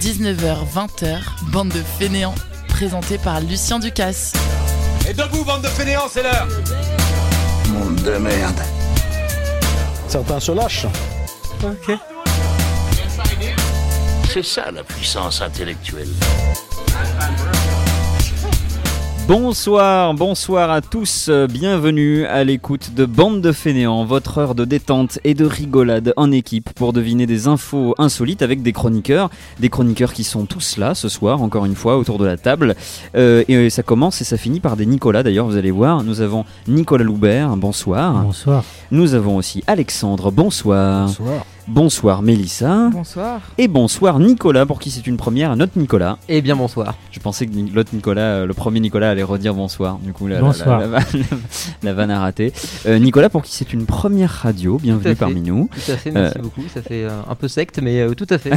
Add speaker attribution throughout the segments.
Speaker 1: 19h-20h, bande de fainéants, présenté par Lucien Ducasse.
Speaker 2: Et debout, bande de fainéants, c'est l'heure
Speaker 3: Monde de merde.
Speaker 4: Certains se lâchent.
Speaker 3: C'est ça la puissance intellectuelle.
Speaker 5: Bonsoir, bonsoir à tous, euh, bienvenue à l'écoute de Bande de Fainéants, votre heure de détente et de rigolade en équipe pour deviner des infos insolites avec des chroniqueurs, des chroniqueurs qui sont tous là ce soir, encore une fois, autour de la table. Euh, et euh, ça commence et ça finit par des Nicolas d'ailleurs, vous allez voir. Nous avons Nicolas Loubert, bonsoir.
Speaker 6: Bonsoir.
Speaker 5: Nous avons aussi Alexandre, bonsoir.
Speaker 4: Bonsoir.
Speaker 5: Bonsoir Mélissa.
Speaker 7: Bonsoir.
Speaker 5: Et bonsoir Nicolas, pour qui c'est une première, notre Nicolas.
Speaker 6: Eh bien bonsoir.
Speaker 5: Je pensais que Ni- l'autre Nicolas, euh, le premier Nicolas allait redire bonsoir. Du coup, la, la-
Speaker 6: Bonsoir.
Speaker 5: la- la- la- la vanne a raté. Euh, Nicolas, pour qui c'est une première radio, bienvenue
Speaker 6: fait.
Speaker 5: parmi nous.
Speaker 6: Tout à fait, merci
Speaker 5: Euh.
Speaker 6: beaucoup. Ça fait euh, un peu secte, mais euh, tout à fait.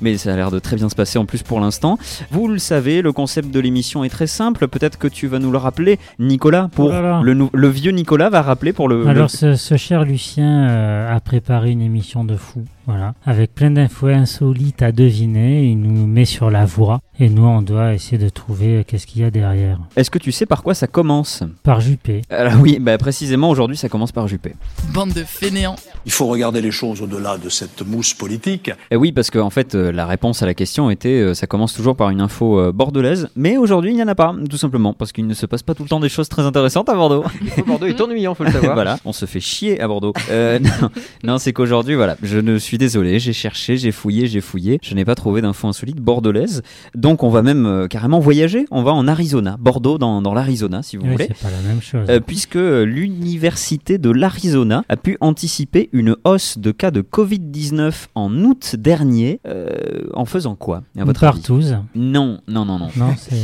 Speaker 5: Mais ça a l'air de très bien se passer en plus pour l'instant. Vous le savez, le concept de l'émission est très simple. Peut-être que tu vas nous le rappeler, Nicolas, pour
Speaker 7: Oh là là.
Speaker 5: Le, nou- le vieux Nicolas va rappeler pour le.
Speaker 7: Alors,
Speaker 5: le-
Speaker 7: ce, ce cher Lucien euh, a préparé une émission de fou, voilà, avec plein d'infos insolites à deviner. Il nous met sur la voie et nous, on doit essayer de trouver euh, qu'est-ce qu'il y a derrière.
Speaker 5: Est-ce que tu sais par quoi ça commence
Speaker 7: Par Juppé.
Speaker 5: Alors oui, bah, précisément aujourd'hui, ça commence par Juppé.
Speaker 1: Bande de fainéants,
Speaker 8: Il faut regarder les choses au-delà de cette mousse politique.
Speaker 5: Eh oui, parce que en fait, euh, la réponse à la question était, euh, ça commence toujours par une info euh, bordelaise, mais aujourd'hui il n'y en a pas, tout simplement, parce qu'il ne se passe pas tout le temps des choses très intéressantes à Bordeaux.
Speaker 6: Bordeaux est ennuyant, faut le savoir.
Speaker 5: voilà, on se fait chier à Bordeaux. Euh, non, non, c'est qu'aujourd'hui, voilà, je ne suis désolé, j'ai cherché, j'ai fouillé, j'ai fouillé, je n'ai pas trouvé d'infos insolites bordelaises. Donc on va même euh, carrément voyager, on va en Arizona, Bordeaux dans, dans l'Arizona, si vous
Speaker 7: Oui,
Speaker 5: voulez.
Speaker 7: c'est pas la même chose.
Speaker 5: Euh, puisque euh, l'université de l'Arizona a pu anticiper une hausse de cas de Covid-19 en août dernier, euh, en faisant quoi à
Speaker 7: Une
Speaker 5: votre avis
Speaker 7: partouze.
Speaker 5: Non, non, non, non.
Speaker 7: Non, c'est.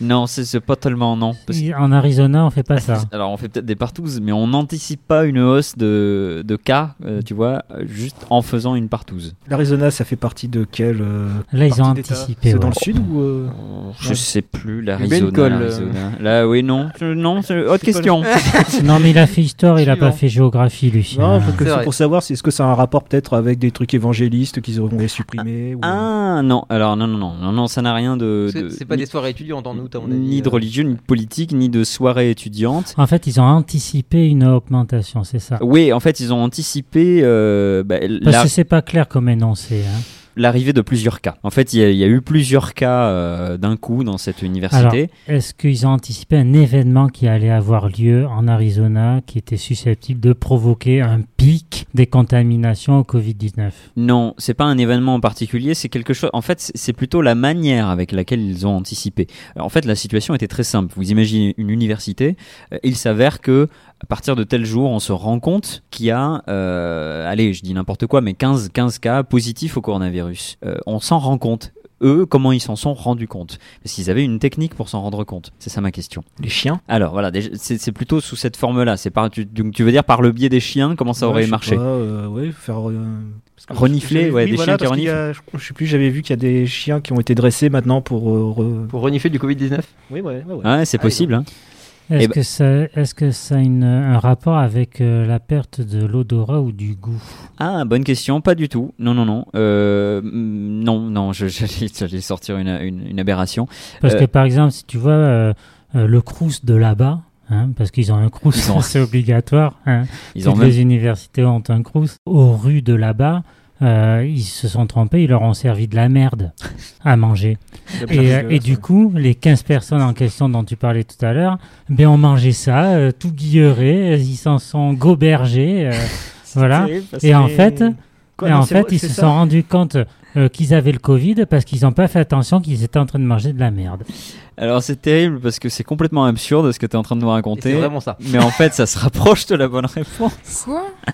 Speaker 5: Non, c'est c'est pas Ah, tellement non. Parce-
Speaker 7: En Arizona, on fait pas ça.
Speaker 5: Alors on fait peut-être des partous, mais on n'anticipe pas une hausse de, de cas, euh, tu vois, euh, juste en faisant une partouze.
Speaker 9: L'Arizona, ça fait partie de quel euh,
Speaker 7: Là, ils ont
Speaker 9: partie d'État
Speaker 7: anticipé.
Speaker 9: C'est dans
Speaker 7: ouais.
Speaker 9: le sud ou euh,
Speaker 5: Je
Speaker 9: Ouais.
Speaker 5: sais plus,
Speaker 6: Lincoln,
Speaker 5: l'Arizona.
Speaker 6: euh.
Speaker 5: l'Arizona. Là, oui, non, je- non, c'est- autre
Speaker 9: C'est pas
Speaker 5: question.
Speaker 7: Non, mais il a fait histoire, il a pas
Speaker 6: Suivant.
Speaker 7: fait géographie,
Speaker 9: Non,
Speaker 7: Lucien.
Speaker 9: parce que
Speaker 6: C'est
Speaker 9: c'est
Speaker 6: vrai.
Speaker 9: pour savoir si est-ce que ça a un rapport peut-être avec des trucs évangélistes qu'ils auraient supprimés. ou- euh,
Speaker 5: Ah non, alors non, non, non, non, non, ça n'a rien de. de-
Speaker 6: C'est c'est pas des soirées étudiantes en août, à mon avis. euh,
Speaker 5: ni de religion, ni de politique, ni de soirée étudiante.
Speaker 7: En fait, ils ont anticipé une augmentation, c'est ça.
Speaker 5: Oui, en fait, ils ont anticipé euh, bah, la-
Speaker 7: Parce que c'est pas clair comme énoncé. hein.
Speaker 5: l'arrivée de plusieurs cas. En fait, il y, a- il y a eu plusieurs cas euh, d'un coup dans cette université.
Speaker 7: Est-ce qu'ils ont anticipé un événement qui allait avoir lieu en Arizona qui était susceptible de provoquer un pic des contaminations au Covid-19
Speaker 5: Non, c'est pas un événement en particulier, c'est quelque chose. En fait, c'est- c'est plutôt la manière avec laquelle ils ont anticipé. Alors, en fait, la situation était très simple. Vous imaginez une université, euh, il s'avère que à partir de tel jour, on se rend compte qu'il y a, euh, allez, je dis n'importe quoi, mais 15, 15 cas positifs au coronavirus. Euh, on s'en rend compte. Eux, comment ils s'en sont rendus compte Parce qu'ils avaient une technique pour s'en rendre compte. C'est ça ma question.
Speaker 9: Les chiens
Speaker 5: Alors voilà, déjà, c'est c'est plutôt sous cette forme-là. C'est par, tu, donc tu veux dire par le biais des chiens comment ça
Speaker 9: Ouais, je
Speaker 5: aurait
Speaker 9: sais
Speaker 5: marché
Speaker 9: pas, euh, ouais, faire, euh, parce que
Speaker 5: Renifler,
Speaker 9: j'avais-
Speaker 5: ouais,
Speaker 9: oui,
Speaker 5: des
Speaker 9: voilà,
Speaker 5: chiens qui
Speaker 9: parce qu'il y a- Je je sais plus, j'avais vu qu'il y a des chiens qui ont été dressés maintenant pour. euh, re-
Speaker 6: Pour renifler du Covid-19.
Speaker 9: Oui, ouais, ouais, ouais.
Speaker 5: Ouais, c'est
Speaker 6: Ah,
Speaker 5: possible. hein.
Speaker 7: Est-ce
Speaker 5: Eh ben-
Speaker 7: que ça, est-ce que ça a une- un rapport avec euh, la perte de l'odorat ou du goût
Speaker 5: Ah, bonne question. Pas du tout. Non, non, non. Euh, mm, non, non. je- J'allais j'allais sortir une, une- une aberration.
Speaker 7: Parce
Speaker 5: Euh.
Speaker 7: que par exemple, si tu vois euh, euh, le crous de là-bas, hein, parce qu'ils ont un crous,
Speaker 5: Ils ont-
Speaker 7: c'est obligatoire. hein,
Speaker 5: Ils
Speaker 7: Toutes
Speaker 5: ont même.
Speaker 7: les universités ont un crous. Aux rues de là-bas, euh, ils se sont trompés, ils leur ont servi de la merde à manger. Et, euh, et du coup, les 15 personnes en question dont tu parlais tout à l'heure, ben, ont mangé ça, euh, tout guilleré, euh, ils s'en sont gobergés. euh, voilà. Et en fait, et en fait ils se sont rendus compte euh, qu'ils avaient le Covid parce qu'ils n'ont pas fait attention qu'ils étaient en train de manger de la merde.
Speaker 5: Alors c'est terrible parce que c'est complètement absurde ce que tu es en train de nous
Speaker 6: Et C'est
Speaker 5: raconter.
Speaker 6: vraiment ça.
Speaker 5: Mais en fait, ça se rapproche de la bonne réponse.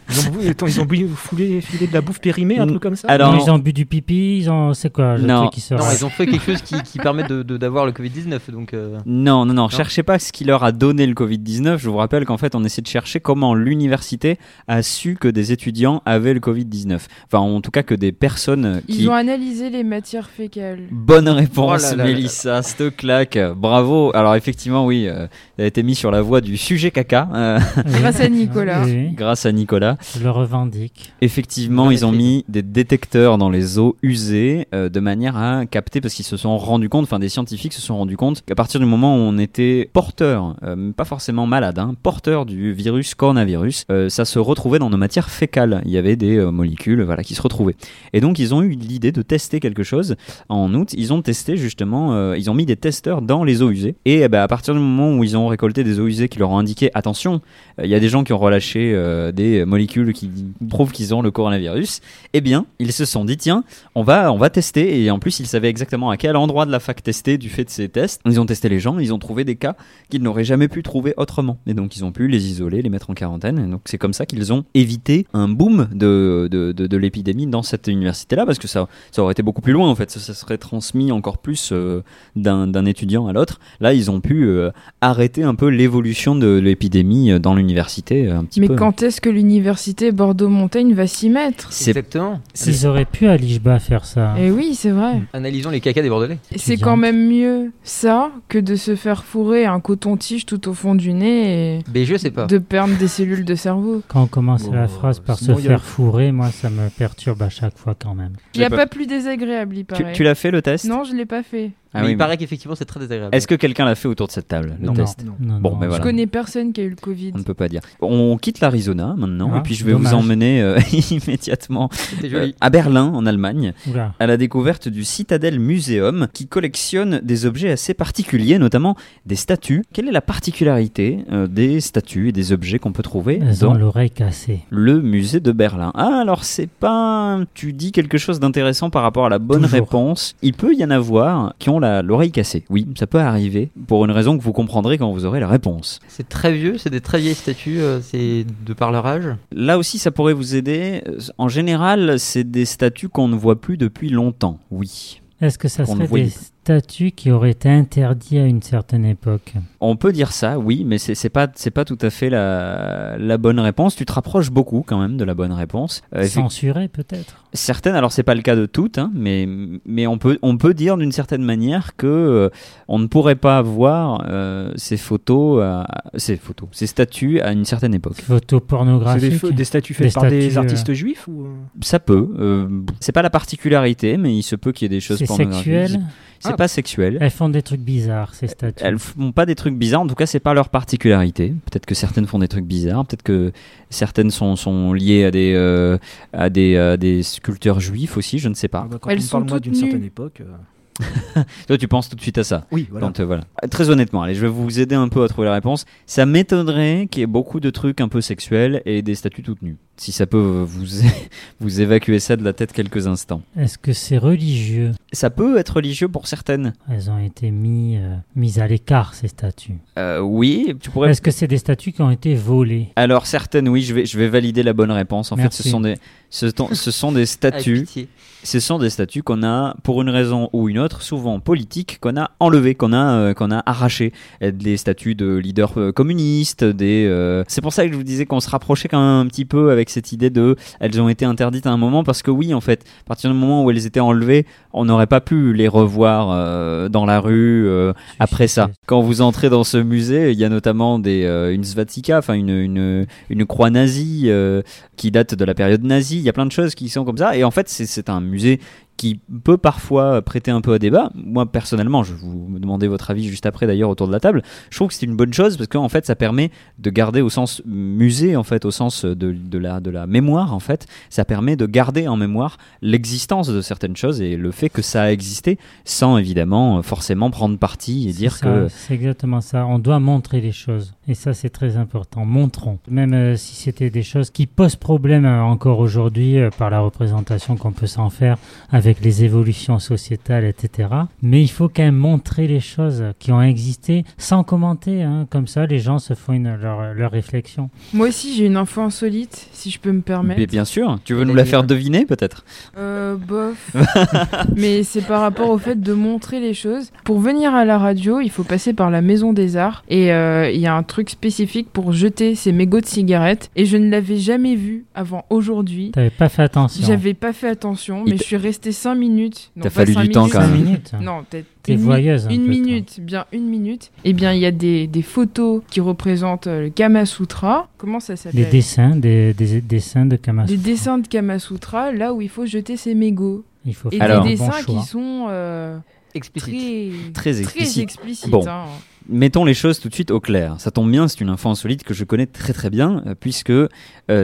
Speaker 9: Ils ont, attends, ils ont bu- foulé, filé de la bouffe périmée, un
Speaker 5: Mm.
Speaker 9: truc comme ça
Speaker 5: Alors-
Speaker 7: Non, ils ont bu du pipi, ils ont. C'est quoi le
Speaker 5: Non.
Speaker 7: truc qui se
Speaker 6: Non, ils ont fait quelque chose qui, qui permet d'avoir de, d'avoir le Covid-19. Donc, euh,
Speaker 5: Non, non, non, cherchez pas ce qui leur a donné le Covid-19. Je vous rappelle qu'en fait, on essaie de chercher comment l'université a su que des étudiants avaient le Covid-19. Enfin, en tout cas, que des personnes
Speaker 1: ils
Speaker 5: qui
Speaker 1: ont
Speaker 10: ont analysé les matières fécales.
Speaker 5: Bonne réponse,
Speaker 6: Oh là là là
Speaker 5: Mélissa, cette claque. Bravo. Alors, effectivement, oui, euh, elle a été mise sur la voie du sujet caca euh,
Speaker 10: Grâce à Nicolas.
Speaker 7: Oui,
Speaker 5: grâce à Nicolas.
Speaker 7: je le revendique.
Speaker 5: Effectivement,
Speaker 6: Ouais,
Speaker 5: ils ont
Speaker 6: c'est-
Speaker 5: mis des détecteurs dans les eaux usées euh, de manière à capter, parce qu'ils se sont rendus compte, enfin des scientifiques se sont rendus compte qu'à partir du moment où on était porteur, euh, pas forcément malade, hein, porteur du virus coronavirus, euh, ça se retrouvait dans nos matières fécales. Il y avait des euh, molécules voilà, qui se retrouvaient. Et donc ils ont eu l'idée de tester quelque chose. En août, ils ont testé justement, euh, ils ont mis des testeurs dans les eaux usées. Et eh ben, à partir du moment où ils ont récolté des eaux usées qui leur ont indiqué, attention, il Euh, y a des gens qui ont relâché euh, des molécules qui prouvent qu'ils ont le coronavirus, eh bien, ils se sont dit, tiens, on va, on va tester. Et en plus, ils savaient exactement à quel endroit de la fac tester du fait de ces tests. Ils ont testé les gens, ils ont trouvé des cas qu'ils n'auraient jamais pu trouver autrement. Et donc, ils ont pu les isoler, les mettre en quarantaine. Et donc, c'est comme ça qu'ils ont évité un boom de, de, de- de l'épidémie dans cette université-là, parce que ça, ça aurait été beaucoup plus loin, en fait. Ça, ça serait transmis encore plus euh, d'un d'un étudiant à l'autre. Là, ils ont pu euh, arrêter un peu l'évolution de l'épidémie euh, dans l'université euh, un petit
Speaker 10: Mais
Speaker 5: peu.
Speaker 10: quand est-ce que l'université Bordeaux-Montaigne va s'y mettre
Speaker 5: C'est-
Speaker 6: Exactement.
Speaker 7: Ils auraient pu à Lijba faire
Speaker 5: Ah.
Speaker 7: ça.
Speaker 10: Eh oui, c'est
Speaker 5: Mmh.
Speaker 10: vrai.
Speaker 6: Analysons les cacas des Bordelais.
Speaker 10: C'est quand même mieux ça que de se faire fourrer un coton-tige tout au fond du nez et
Speaker 6: Mais je sais pas.
Speaker 10: de perdre des cellules de cerveau.
Speaker 7: Quand on commence
Speaker 9: Bon,
Speaker 7: la phrase par se
Speaker 9: sinon, il y a-
Speaker 7: faire fourrer, moi, ça me perturbe à chaque fois quand même.
Speaker 10: Il n'y a
Speaker 5: pas-
Speaker 10: pas... plus désagréable, il
Speaker 5: Tu,
Speaker 10: paraît.
Speaker 5: tu l'as fait le test
Speaker 10: non, je l'ai pas fait.
Speaker 5: Ah
Speaker 6: mais
Speaker 5: oui,
Speaker 6: il paraît qu'effectivement c'est très désagréable.
Speaker 5: Est-ce que quelqu'un l'a fait autour de cette table, le
Speaker 7: Non,
Speaker 5: test
Speaker 9: Non.
Speaker 7: Non,
Speaker 5: Bon,
Speaker 7: non,
Speaker 5: ben
Speaker 10: Je
Speaker 5: voilà.
Speaker 10: connais personne qui a eu le Covid.
Speaker 5: On ne peut pas dire. On quitte l'Arizona maintenant
Speaker 7: Ah,
Speaker 5: et puis je vais
Speaker 7: dommage.
Speaker 5: vous emmener euh, immédiatement
Speaker 6: C'était
Speaker 5: euh,
Speaker 6: joli.
Speaker 5: à Berlin, en Allemagne,
Speaker 7: Oula.
Speaker 5: à la découverte du Citadel Museum qui collectionne des objets assez particuliers, notamment des statues. Quelle est la particularité euh, des statues et des objets qu'on peut trouver
Speaker 7: Elles ont
Speaker 5: dans
Speaker 7: l'oreille cassée.
Speaker 5: le musée de Berlin. Ah, alors c'est pas. Tu dis quelque chose d'intéressant par rapport à la bonne
Speaker 7: Toujours.
Speaker 5: réponse. Il peut y en avoir qui ont la- l'oreille cassée. Oui, ça peut arriver pour une raison que vous comprendrez quand vous aurez la réponse.
Speaker 6: C'est très vieux, c'est des très vieilles statues, euh, c'est de par leur âge.
Speaker 5: Là aussi, ça pourrait vous aider. Euh, En général, c'est des statues qu'on ne voit plus depuis longtemps. Oui.
Speaker 7: Est-ce que ça
Speaker 5: Qu'on ne
Speaker 7: serait
Speaker 5: voyait
Speaker 7: des
Speaker 5: pas.
Speaker 7: statues qui auraient été interdites à une certaine époque
Speaker 5: On peut dire ça, oui, mais c'est c'est pas c'est pas tout à fait la, la bonne réponse. Tu te rapproches beaucoup quand même de la bonne réponse. Euh, effectivement,
Speaker 7: Censurées peut-être
Speaker 5: Certaines, alors c'est pas le cas de toutes, hein, mais, mais on, peut, on peut dire d'une certaine manière que euh, on ne pourrait pas voir euh, ces photos, à- ces photos, ces statues à une certaine époque.
Speaker 7: Photos
Speaker 9: C'est des,
Speaker 7: pornographiques
Speaker 9: feux- des statues faites
Speaker 7: Des
Speaker 9: par des
Speaker 7: statues, euh,
Speaker 9: artistes juifs ou...
Speaker 5: Ça peut, euh, c'est pas la particularité, mais il se peut qu'il y ait des choses
Speaker 7: C'est
Speaker 5: pornographiques.
Speaker 7: sexuel
Speaker 5: C'est
Speaker 6: Ah.
Speaker 5: pas sexuel.
Speaker 7: Elles font des trucs bizarres, ces statues.
Speaker 5: Elles font pas des trucs bizarres, en tout cas c'est pas leur particularité. Peut-être que certaines font des trucs bizarres, peut-être que certaines sont, sont liées à des, euh, à, des, à des sculpteurs juifs aussi, je ne sais pas.
Speaker 9: Ah bah, quand
Speaker 10: Elles
Speaker 9: on
Speaker 10: sont
Speaker 9: parle moi
Speaker 10: toutes
Speaker 9: d'une certaine
Speaker 10: nues.
Speaker 9: époque. euh,
Speaker 5: Toi tu penses tout de suite à ça.
Speaker 9: Oui, voilà.
Speaker 5: Quand, euh, voilà. Euh, Très honnêtement, allez, je vais vous aider un peu à trouver la réponse. Ça m'étonnerait qu'il y ait beaucoup de trucs un peu sexuels et des statues toutes nues. Si ça peut euh, vous, vous évacuer ça de la tête quelques instants.
Speaker 7: Est-ce que c'est religieux
Speaker 5: Ça peut être religieux pour certaines.
Speaker 7: Elles ont été mis, euh, mises à l'écart, ces statues.
Speaker 5: Euh, oui, tu pourrais.
Speaker 7: Est-ce que c'est des statues qui ont été volées
Speaker 5: Alors certaines, oui, je vais, je vais valider la bonne réponse. En
Speaker 7: Merci.
Speaker 5: fait, ce sont des, ce, ton- ce sont des
Speaker 6: Avec
Speaker 5: statues,
Speaker 6: pitié.
Speaker 5: ce sont des statues qu'on a pour une raison ou une autre, souvent politique, qu'on a enlevées, qu'on a, euh, qu'on a arrachées. Et Des statues de leaders euh, communistes, des. euh, C'est pour ça que je vous disais qu'on se rapprochait quand même un petit peu avec cette idée de, elles ont été interdites à un moment parce que oui, en fait, à partir du moment où elles étaient enlevées, on n'aurait pas pu les revoir euh, dans la rue. euh, après ça. Quand vous entrez dans ce musée, il y a notamment des, euh, une svatika, enfin une, une, une croix nazie euh, qui date de la période nazie. Il y a plein de choses qui sont comme ça. Et en fait, c'est- c'est un musée qui peut parfois prêter un peu à débat. Moi, personnellement, je vais vous demander votre avis juste après d'ailleurs autour de la table. Je trouve que c'est une bonne chose parce qu'en fait, ça permet de garder au sens musée, en fait, au sens de, de, la, de la mémoire, en fait. Ça permet de garder en mémoire l'existence de certaines choses et le fait que ça a existé sans évidemment euh, forcément prendre parti et dire
Speaker 7: C'est ça,
Speaker 5: que
Speaker 7: C'est exactement ça. On doit montrer les choses. Et ça, c'est très important. Montrons. Même euh, si c'était des choses qui posent problème euh, encore aujourd'hui euh, par la représentation qu'on peut s'en faire avec les évolutions sociétales, etc. Mais il faut quand même montrer les choses qui ont existé sans commenter. hein. Comme ça, les gens se font une- leur, leur réflexion.
Speaker 10: Moi aussi, j'ai une info insolite, si je peux me
Speaker 5: Mais
Speaker 10: permettre.
Speaker 5: bien sûr, tu veux nous la faire deviner peut-être
Speaker 10: Euh, bof. Mais c'est par rapport au fait de montrer les choses. Pour venir à la radio, il faut passer par la Maison des Arts. Et euh, il y a un truc spécifique pour jeter ces mégots de cigarettes. Et je ne l'avais jamais vu avant aujourd'hui.
Speaker 7: T'avais pas fait attention.
Speaker 10: J'avais pas fait attention,
Speaker 5: Il
Speaker 10: mais
Speaker 5: t'a-
Speaker 10: je suis restée compté 5 minutes. Non,
Speaker 5: T'as
Speaker 10: pas
Speaker 5: fallu
Speaker 10: cinq
Speaker 5: du temps,
Speaker 10: minutes,
Speaker 5: quand même.
Speaker 7: minutes.
Speaker 10: Non, peut-être
Speaker 7: T'es hein,
Speaker 10: une mi-
Speaker 7: voyeuse. un
Speaker 10: Une
Speaker 7: peu, toi.
Speaker 10: minute, bien une minute. Eh bien, il y a des, des photos qui représentent euh, le Kamasutra. Comment ça
Speaker 7: Des
Speaker 10: s'appelle
Speaker 7: dessins, des, des- des dessins de Kamasutra.
Speaker 10: Des dessins de Kamasutra, là où il faut jeter ses mégots.
Speaker 7: Il faut
Speaker 10: Et
Speaker 7: faire
Speaker 5: Alors,
Speaker 7: un
Speaker 10: des
Speaker 7: bon
Speaker 10: dessins
Speaker 7: choix.
Speaker 10: qui sont euh,
Speaker 6: Explicite.
Speaker 10: très,
Speaker 5: Très
Speaker 10: très
Speaker 5: explicite.
Speaker 10: explicites.
Speaker 5: Bon.
Speaker 10: hein.
Speaker 5: Mettons les choses tout de suite au clair. Ça tombe bien, c'est une info insolite que je connais très très bien, euh, puisque euh,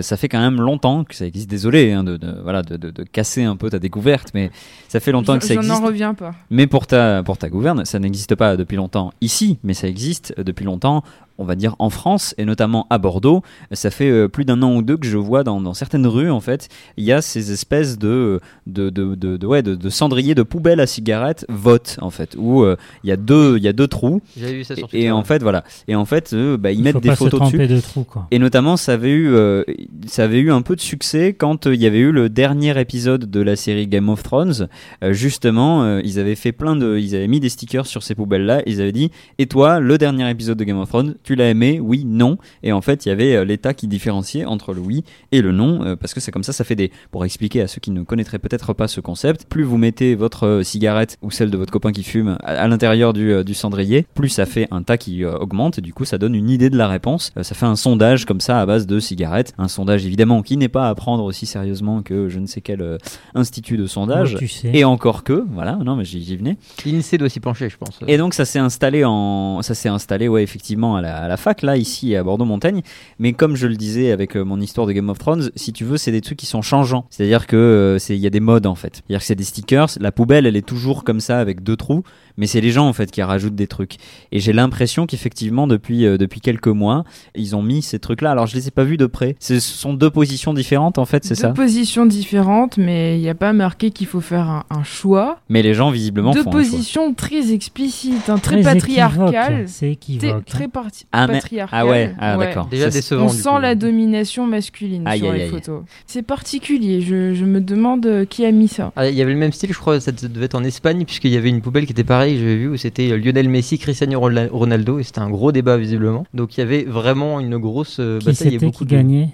Speaker 5: ça fait quand même longtemps que ça existe. Désolé hein, de, de- voilà, de, de- de casser un peu ta découverte, mais ça fait longtemps que ça
Speaker 10: J'en
Speaker 5: existe.
Speaker 10: n'en reviens pas.
Speaker 5: Mais pour ta, pour ta gouverne, ça n'existe pas depuis longtemps ici, mais ça existe depuis longtemps, on va dire, en France, et notamment à Bordeaux. Ça fait euh, plus d'un an ou deux que je vois dans, dans certaines rues, en fait, il y a ces espèces de, de, de, de, de- ouais, de, de cendriers de poubelles à cigarettes vote, en fait, où euh, il y, a deux- il y a deux trous,
Speaker 6: J'avais vu ça sur
Speaker 5: et,
Speaker 6: Twitter.
Speaker 5: et en fait, voilà. Et en fait, euh, bah, ils
Speaker 7: Il faut
Speaker 5: mettent des
Speaker 7: pas se
Speaker 5: photos dessus.
Speaker 7: tromper de trous, quoi.
Speaker 5: Et notamment, ça avait eu, euh, ça avait eu un peu de succès quand euh, il y avait eu le dernier épisode de la série Game of Thrones. Euh, justement, euh, ils avaient fait plein de, ils avaient mis des stickers sur ces poubelles là. Ils avaient dit, et toi, le dernier épisode de Game of Thrones, tu l'as aimé Oui, non. Et en fait, il y avait euh, l'état qui différenciait entre le oui et le non, euh, parce que c'est comme ça, ça fait des. Pour expliquer à ceux qui ne connaîtraient peut-être pas ce concept, plus vous mettez votre euh, cigarette ou celle de votre copain qui fume à, à l'intérieur du, euh, du cendrier, plus ça fait un tas qui euh, augmente, et du coup, ça donne une idée de la réponse. Euh, ça fait un sondage comme ça à base de cigarettes, un sondage évidemment qui n'est pas à prendre aussi sérieusement que je ne sais quel euh, institut de sondage.
Speaker 7: Oh, tu sais.
Speaker 5: Et encore que, voilà, non mais j'y j'y venais.
Speaker 6: L'INSEE doit s'y pencher, je pense.
Speaker 5: Et donc ça s'est installé en, ça s'est installé ouais effectivement à la, à la fac là ici à Bordeaux Montagne. Mais comme je le disais avec euh, mon histoire de Game of Thrones, si tu veux c'est des trucs qui sont changeants. C'est-à-dire que euh, c'est il y a des modes en fait. C'est-à-dire que c'est des stickers. La poubelle elle est toujours comme ça avec deux trous, mais c'est les gens en fait qui rajoutent des trucs. Et j'ai l'impression qu'effectivement depuis euh, depuis quelques mois ils ont mis ces trucs là. Alors je les ai pas vus de près. Ce sont deux positions différentes en fait c'est
Speaker 10: Deux
Speaker 5: ça.
Speaker 10: positions différentes, mais il n'y a pas marqué qu'il faut faire un, un choix.
Speaker 5: Mais les gens visiblement
Speaker 10: Deux
Speaker 5: font un choix.
Speaker 10: positions très explicites, hein,
Speaker 7: Très
Speaker 10: très,
Speaker 7: hein.
Speaker 10: patriarcales.
Speaker 7: équivoque, C'est
Speaker 10: Très,
Speaker 7: équivoque.
Speaker 10: très parti-
Speaker 5: Ah, mais-
Speaker 10: patriarcales.
Speaker 5: Ah ouais ah d'accord.
Speaker 6: Déjà
Speaker 5: Ça, c'est-
Speaker 6: décevant.
Speaker 10: On
Speaker 6: du
Speaker 10: sent
Speaker 6: coup.
Speaker 10: la domination masculine
Speaker 5: Aïe,
Speaker 10: sur
Speaker 5: aïe,
Speaker 10: les
Speaker 5: aïe.
Speaker 10: photos. C'est particulier, je, je me demande euh, qui a mis ça.
Speaker 6: Ah, Il y avait le même style, je crois, ça devait être en Espagne, puisqu'il y avait une poubelle qui était pareille, j'avais vu, où c'était euh, Lionel Messi, Cristiano Rola- Ronaldo, et c'était un gros débat visiblement. Donc il y avait vraiment une grosse euh,
Speaker 7: Qui
Speaker 6: bataille. il y avait
Speaker 7: c'était
Speaker 6: beaucoup
Speaker 7: qui
Speaker 6: de-
Speaker 7: gagnait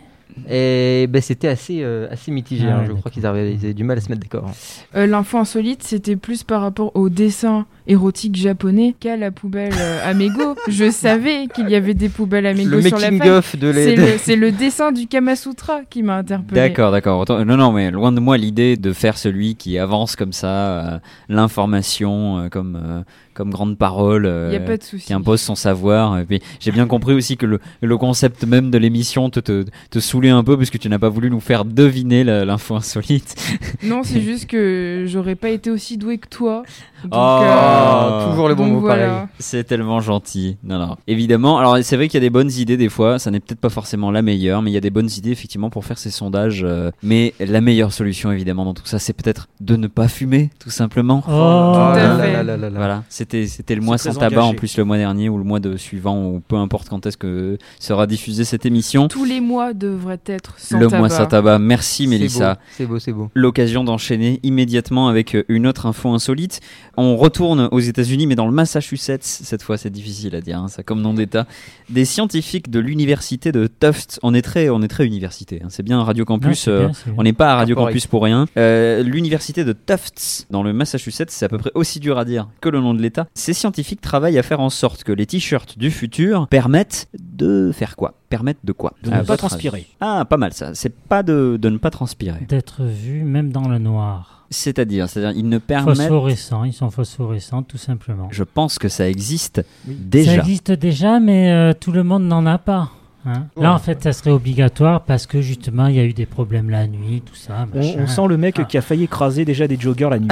Speaker 6: Et ben, c'était assez, euh, assez mitigé,
Speaker 7: Ah
Speaker 6: hein,
Speaker 7: ouais,
Speaker 6: je
Speaker 7: d'accord.
Speaker 6: crois qu'ils avaient, ils avaient du mal à se mettre d'accord. hein.
Speaker 10: Euh, L'info insolite, c'était plus par rapport au dessin érotique japonais qu'à la poubelle euh, Amego. je savais qu'il y avait des poubelles Amego
Speaker 6: Le
Speaker 10: sur la
Speaker 6: making
Speaker 10: fac.
Speaker 6: of de
Speaker 10: C'est
Speaker 6: les.
Speaker 10: le, c'est le dessin du Kamasutra qui m'a interpellé.
Speaker 5: D'accord, d'accord. Autant- Non, non, mais loin de moi l'idée de faire celui qui avance comme ça euh, l'information euh, comme euh, comme grande parole,
Speaker 10: Il
Speaker 5: euh,
Speaker 10: n'y a pas de souci.
Speaker 5: qui impose son savoir. Et puis j'ai bien compris aussi que le, le concept même de l'émission te, te te saoulait un peu parce que tu n'as pas voulu nous faire deviner la- l'info insolite.
Speaker 10: Non, c'est juste que j'aurais pas été aussi doué que toi. Donc,
Speaker 5: Oh.
Speaker 10: euh,
Speaker 6: Ah, toujours le bon
Speaker 10: donc
Speaker 6: mot
Speaker 10: voilà.
Speaker 6: pareil.
Speaker 5: C'est tellement gentil. Non, non. Évidemment. Alors c'est vrai qu'il y a des bonnes idées des fois. Ça n'est peut-être pas forcément la meilleure, mais il y a des bonnes idées effectivement pour faire ces sondages. euh, mais la meilleure solution évidemment dans tout ça, c'est peut-être de ne pas fumer, tout simplement.
Speaker 7: Oh,
Speaker 4: Ah,
Speaker 6: Oh
Speaker 10: à
Speaker 6: là
Speaker 10: fait.
Speaker 6: là là là là.
Speaker 5: Voilà, c'était c'était le mois
Speaker 9: C'est
Speaker 5: sans
Speaker 9: très
Speaker 5: tabac en
Speaker 9: engagé.
Speaker 5: plus le mois dernier ou le mois de suivant ou peu importe quand est-ce que sera diffusée cette émission.
Speaker 10: Tous les mois devraient être sans
Speaker 5: le
Speaker 10: tabac.
Speaker 5: mois sans tabac. Merci
Speaker 6: C'est
Speaker 5: Mélissa.
Speaker 6: beau, C'est beau, c'est beau.
Speaker 5: L'occasion d'enchaîner immédiatement avec euh, une autre info insolite. On retourne aux États-Unis, mais dans le Massachusetts, cette fois c'est difficile à dire, hein, ça comme nom d'État. Des scientifiques de l'université de Tufts, on est très, on est très université, hein, c'est bien Radio
Speaker 7: Non,
Speaker 5: Campus,
Speaker 7: c'est
Speaker 5: euh,
Speaker 7: bien, c'est bien.
Speaker 5: on n'est pas à Radio
Speaker 6: Corporate.
Speaker 5: Campus pour rien. Euh, L'université de Tufts, dans le Massachusetts, c'est à peu près aussi dur à dire que le nom de l'État. Ces scientifiques travaillent à faire en sorte que les t-shirts du futur permettent de faire quoi Permettent de quoi
Speaker 4: De
Speaker 5: À
Speaker 4: ne pas
Speaker 5: votre
Speaker 4: transpirer.
Speaker 5: avis. Ah, pas mal ça. C'est pas de, de ne pas transpirer.
Speaker 7: D'être vu même dans le noir.
Speaker 5: C'est-à-dire, c'est-à-dire, ils ne permettent.
Speaker 7: Phosphorescents, ils sont phosphorescents tout simplement.
Speaker 5: Je pense que ça existe
Speaker 7: Ça
Speaker 5: déjà.
Speaker 7: existe déjà, mais euh, tout le monde n'en a pas. hein.
Speaker 6: Oh.
Speaker 7: Là, en fait, ça serait obligatoire parce que justement, il y a eu des problèmes la nuit, tout ça.
Speaker 9: On,
Speaker 7: machin.
Speaker 9: on sent le mec
Speaker 7: Ah.
Speaker 9: qui a failli écraser déjà des joggers la nuit.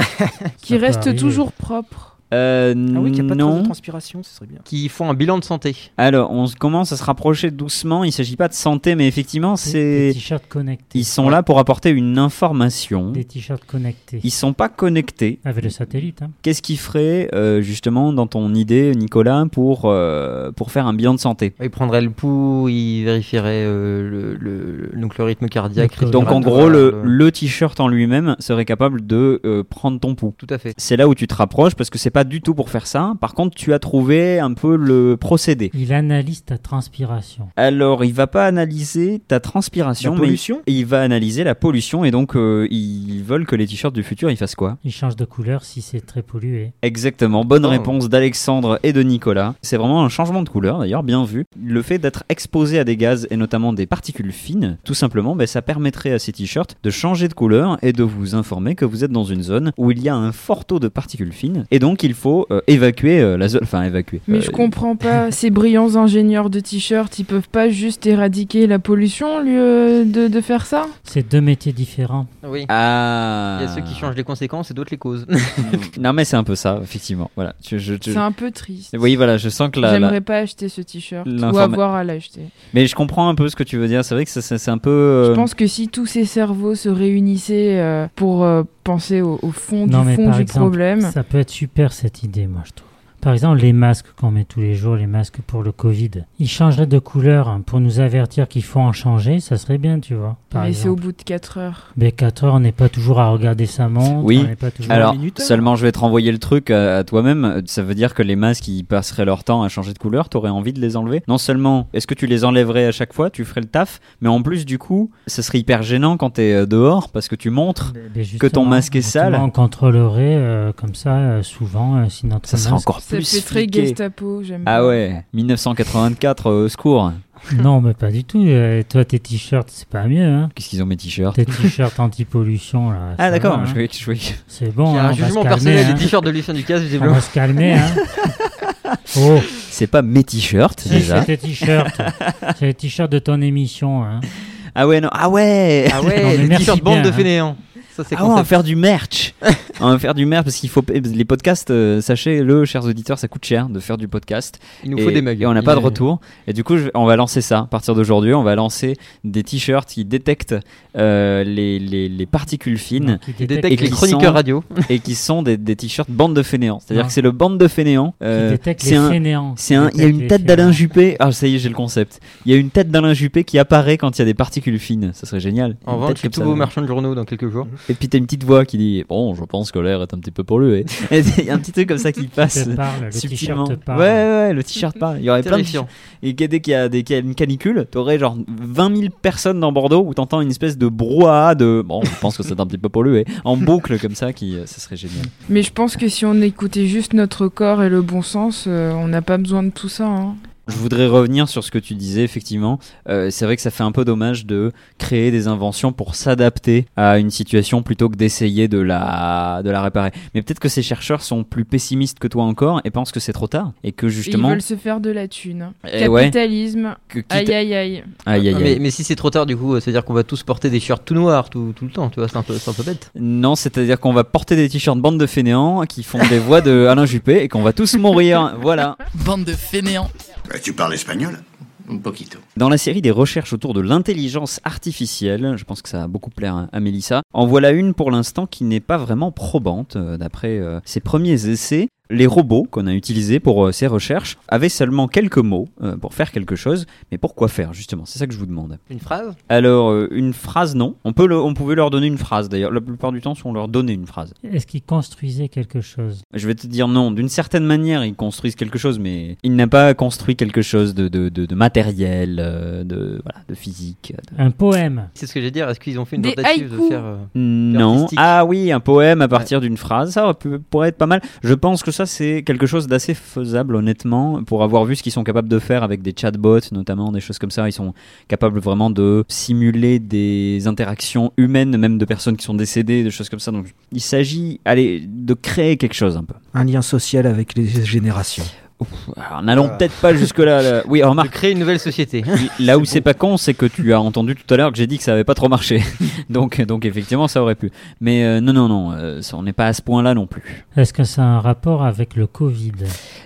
Speaker 10: Qui
Speaker 7: Ça peut
Speaker 10: reste
Speaker 7: arriver.
Speaker 10: toujours propre.
Speaker 5: Euh,
Speaker 9: ah oui, qui a pas de trace
Speaker 5: non.
Speaker 9: de transpiration, ce serait bien.
Speaker 6: Qui font un bilan de santé.
Speaker 5: Alors, on se- commence à se rapprocher doucement. Il s'agit pas de santé, mais effectivement,
Speaker 7: Des
Speaker 5: c'est.
Speaker 7: t-shirts connectés.
Speaker 5: Ils sont là pour apporter une information.
Speaker 7: Des t-shirts connectés.
Speaker 5: Ils sont pas connectés.
Speaker 7: Avec le satellite. hein.
Speaker 5: Qu'est-ce qui ferait euh, justement dans ton idée, Nicolas, pour, euh, pour faire un bilan de santé
Speaker 6: Ils prendraient le pouls, ils vérifieraient euh, le, le- le- donc le rythme cardiaque.
Speaker 7: Donc,
Speaker 5: Donc en
Speaker 7: Respiratoire,
Speaker 5: gros, le, le t-shirt en lui-même serait capable de euh, prendre ton pouls.
Speaker 6: Tout à fait.
Speaker 5: C'est là où tu te rapproches parce que c'est pas pas du tout pour faire ça. Par contre, tu as trouvé un peu le procédé.
Speaker 7: Il analyse ta transpiration.
Speaker 5: Alors, il va pas analyser ta transpiration,
Speaker 9: La
Speaker 5: mais
Speaker 9: pollution
Speaker 5: il, il va analyser la pollution et donc euh, ils veulent que les t-shirts du futur ils fassent quoi
Speaker 7: Il change de couleur si c'est très pollué.
Speaker 5: Exactement, bonne
Speaker 6: Oh.
Speaker 5: réponse d'Alexandre et de Nicolas. C'est vraiment un changement de couleur d'ailleurs, bien vu. Le fait d'être exposé à des gaz et notamment des particules fines, tout simplement, ben, ça permettrait à ces t-shirts de changer de couleur et de vous informer que vous êtes dans une zone où il y a un fort taux de particules fines et donc il faut euh, évacuer euh, la zone. Enfin, évacuer.
Speaker 10: Mais
Speaker 5: Euh,
Speaker 10: je comprends pas, ces brillants ingénieurs de t-shirts, ils peuvent pas juste éradiquer la pollution au lieu de, de faire ça
Speaker 7: C'est deux métiers différents.
Speaker 6: Oui.
Speaker 5: Ah.
Speaker 6: Il y a ceux qui changent les conséquences et d'autres les causes.
Speaker 5: non mais c'est un peu ça, effectivement. Voilà. Tu- je- tu-
Speaker 10: C'est un peu triste.
Speaker 5: Oui, voilà, je sens que la- la,
Speaker 10: J'aimerais pas acheter ce t-shirt ou
Speaker 5: l'informa-
Speaker 10: avoir à l'acheter.
Speaker 5: Mais je comprends un peu ce que tu veux dire. C'est vrai que ça- ça- c'est un peu.
Speaker 10: Je
Speaker 5: euh,
Speaker 10: pense que si tous ces cerveaux se réunissaient euh, pour euh, penser au, au fond
Speaker 7: Non,
Speaker 10: du
Speaker 7: mais
Speaker 10: fond
Speaker 7: par
Speaker 10: du
Speaker 7: exemple,
Speaker 10: problème,
Speaker 7: Ça peut être super cette idée, moi je trouve. Par exemple, les masques qu'on met tous les jours, les masques pour le Covid, ils changeraient de couleur hein, pour nous avertir qu'il faut en changer, ça serait bien, tu vois. Par
Speaker 10: mais c'est au
Speaker 7: exemple.
Speaker 10: bout de 4 heures.
Speaker 7: Mais 4 heures, on n'est pas toujours à regarder sa montre.
Speaker 5: Oui.
Speaker 7: on n'est pas toujours-
Speaker 5: Alors,
Speaker 9: minutes, hein.
Speaker 5: seulement je vais te renvoyer le truc euh, à, à toi-même. Ça veut dire que les masques, ils passeraient leur temps à changer de couleur. T'aurais envie de les enlever Non seulement, est-ce que tu les enlèverais à chaque fois Tu ferais le taf. Mais en plus, du coup, ça serait hyper gênant quand t'es euh, dehors parce que tu montres.
Speaker 7: Mais
Speaker 5: que ton
Speaker 7: ben, justement,
Speaker 5: masque est
Speaker 7: justement,
Speaker 5: sale.
Speaker 7: On contrôlerait euh, comme ça euh, souvent euh, si notre
Speaker 5: Ça serait
Speaker 7: masque-
Speaker 5: encore
Speaker 10: Ça
Speaker 5: plus.
Speaker 10: fait très
Speaker 5: fliqué.
Speaker 10: Gestapo, j'aime
Speaker 5: Ah
Speaker 10: pas.
Speaker 5: ouais, 1984, euh, au secours.
Speaker 7: Non, mais pas du tout. euh, toi, tes t-shirts, c'est pas mieux. Hein.
Speaker 5: Qu'est-ce qu'ils ont mes t-shirts
Speaker 7: Tes t-shirts anti-pollution, là. ça
Speaker 5: Ah d'accord,
Speaker 7: va,
Speaker 5: je
Speaker 7: hein.
Speaker 5: voyais que- je voyais que-
Speaker 7: C'est bon,
Speaker 6: Il y a un
Speaker 7: hein, on va se
Speaker 6: jugement
Speaker 7: calmer.
Speaker 6: personnel des
Speaker 7: hein.
Speaker 6: t-shirts de Lucien Ducasse,
Speaker 5: Ah,
Speaker 7: On
Speaker 6: visiblement.
Speaker 7: va se calmer, hein. Oh,
Speaker 5: c'est pas mes t-shirts
Speaker 7: si,
Speaker 5: déjà.
Speaker 7: c'est tes t-shirts. C'est les t-shirts de ton émission, hein.
Speaker 5: Ah ouais, non, ah ouais
Speaker 6: Ah
Speaker 7: Non, mais
Speaker 6: ouais, les
Speaker 7: merci
Speaker 6: t-shirts bande
Speaker 7: bien,
Speaker 6: de
Speaker 7: hein.
Speaker 6: fainéants. Ça, c'est
Speaker 5: Ah ouais, on va
Speaker 6: concept.
Speaker 5: faire du merch. on va faire du merch parce qu'il faut les podcasts. euh, Sachez-le, chers auditeurs, ça coûte cher de faire du podcast.
Speaker 6: Il nous
Speaker 5: et,
Speaker 6: faut des mugs.
Speaker 5: et on n'a pas de
Speaker 6: Il-
Speaker 5: retour. Et du coup, je- on va lancer ça. À partir d'aujourd'hui, on va lancer des t-shirts qui détectent euh, les, les- les particules fines
Speaker 7: Qui
Speaker 6: Il
Speaker 7: détecte,
Speaker 6: détecte les
Speaker 5: qui
Speaker 6: chroniqueurs
Speaker 5: sont-
Speaker 6: radio.
Speaker 5: et qui sont des, des t-shirts bande de fainéants. C'est-à-dire
Speaker 7: Non.
Speaker 5: que c'est le bande de fainéants.
Speaker 7: Ah. qui
Speaker 5: euh,
Speaker 7: détecte les
Speaker 5: c'est un,
Speaker 7: fainéants.
Speaker 5: c'est un-
Speaker 7: qui
Speaker 5: il y a
Speaker 7: détecte
Speaker 5: une
Speaker 7: les
Speaker 5: tête d'Alain
Speaker 7: fainéants.
Speaker 5: Juppé. Ah, ça y est, j'ai le concept. Il y a une tête d'Alain Juppé qui apparaît quand il y a des particules fines. Ça serait génial.
Speaker 6: En
Speaker 5: Une
Speaker 6: vente
Speaker 5: tête
Speaker 6: chez
Speaker 5: comme
Speaker 6: tous
Speaker 5: ça.
Speaker 6: vos marchands de journaux dans quelques jours.
Speaker 5: Et puis t'as une petite voix qui dit Bon, je pense que l'air est un petit peu pollué. Et Il y a un petit truc comme ça qui passe.
Speaker 7: Te parle, le
Speaker 5: Subtilement.
Speaker 7: t-shirt te
Speaker 5: ouais,
Speaker 7: parle.
Speaker 5: ouais, ouais, le t-shirt parle. Il y aurait plein de
Speaker 6: Terrifiant.
Speaker 5: Et que- dès qu'il y, a des- qu'il y a une canicule, t'aurais genre 20 000 personnes dans Bordeaux où t'entends une espèce de brouhaha de Bon, je pense que c'est un petit peu pollué. En boucle comme ça, qui, euh, ça serait génial.
Speaker 10: Mais je pense que si on écoutait juste notre corps et le bon sens, euh, on n'a pas besoin de tout ça. hein.
Speaker 5: Je voudrais revenir sur ce que tu disais, effectivement. Euh, c'est vrai que ça fait un peu dommage de créer des inventions pour s'adapter à une situation plutôt que d'essayer de la, de la réparer. Mais peut-être que ces chercheurs sont plus pessimistes que toi encore et pensent que c'est trop tard et que justement.
Speaker 10: Ils veulent se faire de la thune.
Speaker 5: Eh ouais.
Speaker 10: Capitalisme,
Speaker 5: que quitte-
Speaker 10: aïe aïe aïe.
Speaker 5: Aïe, aïe, aïe.
Speaker 6: Mais, mais si c'est trop tard, du coup, euh, c'est-à-dire qu'on va tous porter des shirts tout noirs tout, tout le temps, tu vois, c'est un, peu- c'est un peu bête.
Speaker 5: Non, c'est-à-dire qu'on va porter des t-shirts bande de fainéants qui font des voix de Alain Juppé et qu'on va tous mourir. Voilà.
Speaker 1: Bande de fainéants.
Speaker 3: tu parles espagnol Un poquito.
Speaker 5: Dans la série des recherches autour de l'intelligence artificielle, je pense que ça va beaucoup plaire à- à Mélissa, en voilà une pour l'instant qui n'est pas vraiment probante. euh, D'après euh, ses premiers essais, les robots qu'on a utilisés pour euh, ces recherches avaient seulement quelques mots euh, pour faire quelque chose. Mais pourquoi faire, justement C'est ça que je vous demande.
Speaker 6: Une phrase
Speaker 5: Alors, euh, une phrase, non. On, peut le- on pouvait leur donner une phrase, d'ailleurs. La plupart du temps, on leur donnait une phrase.
Speaker 7: Est-ce qu'ils construisaient quelque chose
Speaker 5: Je vais te dire non. D'une certaine manière, ils construisent quelque chose, mais il n'a pas construit quelque chose de, de, de, de matériel, euh, de, voilà, de physique. de-
Speaker 7: Un poème.
Speaker 6: C'est ce que j'ai dire, est-ce qu'ils ont fait une
Speaker 10: Des
Speaker 6: tentative de
Speaker 10: haïkus.
Speaker 6: faire. euh,
Speaker 5: Non.
Speaker 6: artistique.
Speaker 5: Ah oui, un poème à partir d'une phrase, ça aurait pu- pourrait être pas mal. Je pense que ça, c'est quelque chose d'assez faisable, honnêtement, pour avoir vu ce qu'ils sont capables de faire avec des chatbots, notamment, des choses comme ça. Ils sont capables vraiment de simuler des interactions humaines, même de personnes qui sont décédées, des choses comme ça. Donc, il s'agit, allez, de créer quelque chose un peu.
Speaker 9: Un lien social avec les générations.
Speaker 5: Alors, ah, n'allons peut-être pas jusque-là. là. Oui,
Speaker 6: de
Speaker 5: remarque.
Speaker 6: créer une nouvelle société.
Speaker 5: Là où c'est pas con, c'est que tu as entendu tout à l'heure que j'ai dit que ça avait pas trop marché. donc, donc effectivement, ça aurait pu. Mais euh, non, non, non, euh, ça- on n'est pas à ce point-là non plus.
Speaker 7: Est-ce que ça a un rapport avec le Covid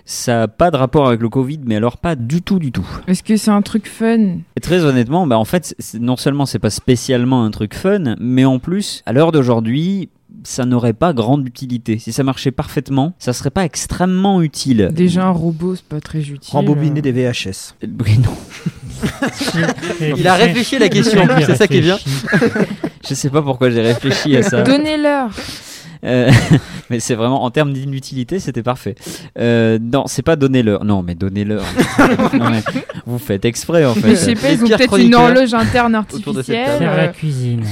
Speaker 5: Ça n'a pas de rapport avec le Covid, mais alors pas du tout, du tout.
Speaker 10: Est-ce que c'est un truc fun
Speaker 5: Et très honnêtement, bah en fait, c'est- c'est- non seulement c'est pas spécialement un truc fun, mais en plus, à l'heure d'aujourd'hui, ça n'aurait pas grande utilité. Si ça marchait parfaitement, ça serait pas extrêmement utile.
Speaker 10: Déjà un robot, c'est pas très utile.
Speaker 9: Rembobiner des VHS.
Speaker 5: Euh, oui, non.
Speaker 6: Il a réfléchi à la question,
Speaker 7: Il a
Speaker 6: c'est ça qui est bien.
Speaker 7: réfléchi.
Speaker 5: Je sais pas pourquoi j'ai réfléchi à ça.
Speaker 10: Donnez-leur
Speaker 5: Euh, mais c'est vraiment en termes d'inutilité, c'était parfait. Euh, non, c'est pas donnez-leur. Non, mais donnez-leur. Non, mais vous faites exprès en
Speaker 10: Mais
Speaker 5: fait.
Speaker 10: je sais pas,
Speaker 6: les
Speaker 10: ils ont
Speaker 6: pires
Speaker 10: peut-être une
Speaker 6: chroniqueurs
Speaker 10: horloge interne
Speaker 6: autour de cette
Speaker 10: artificielle.
Speaker 7: Faire la
Speaker 10: euh,
Speaker 7: cuisine.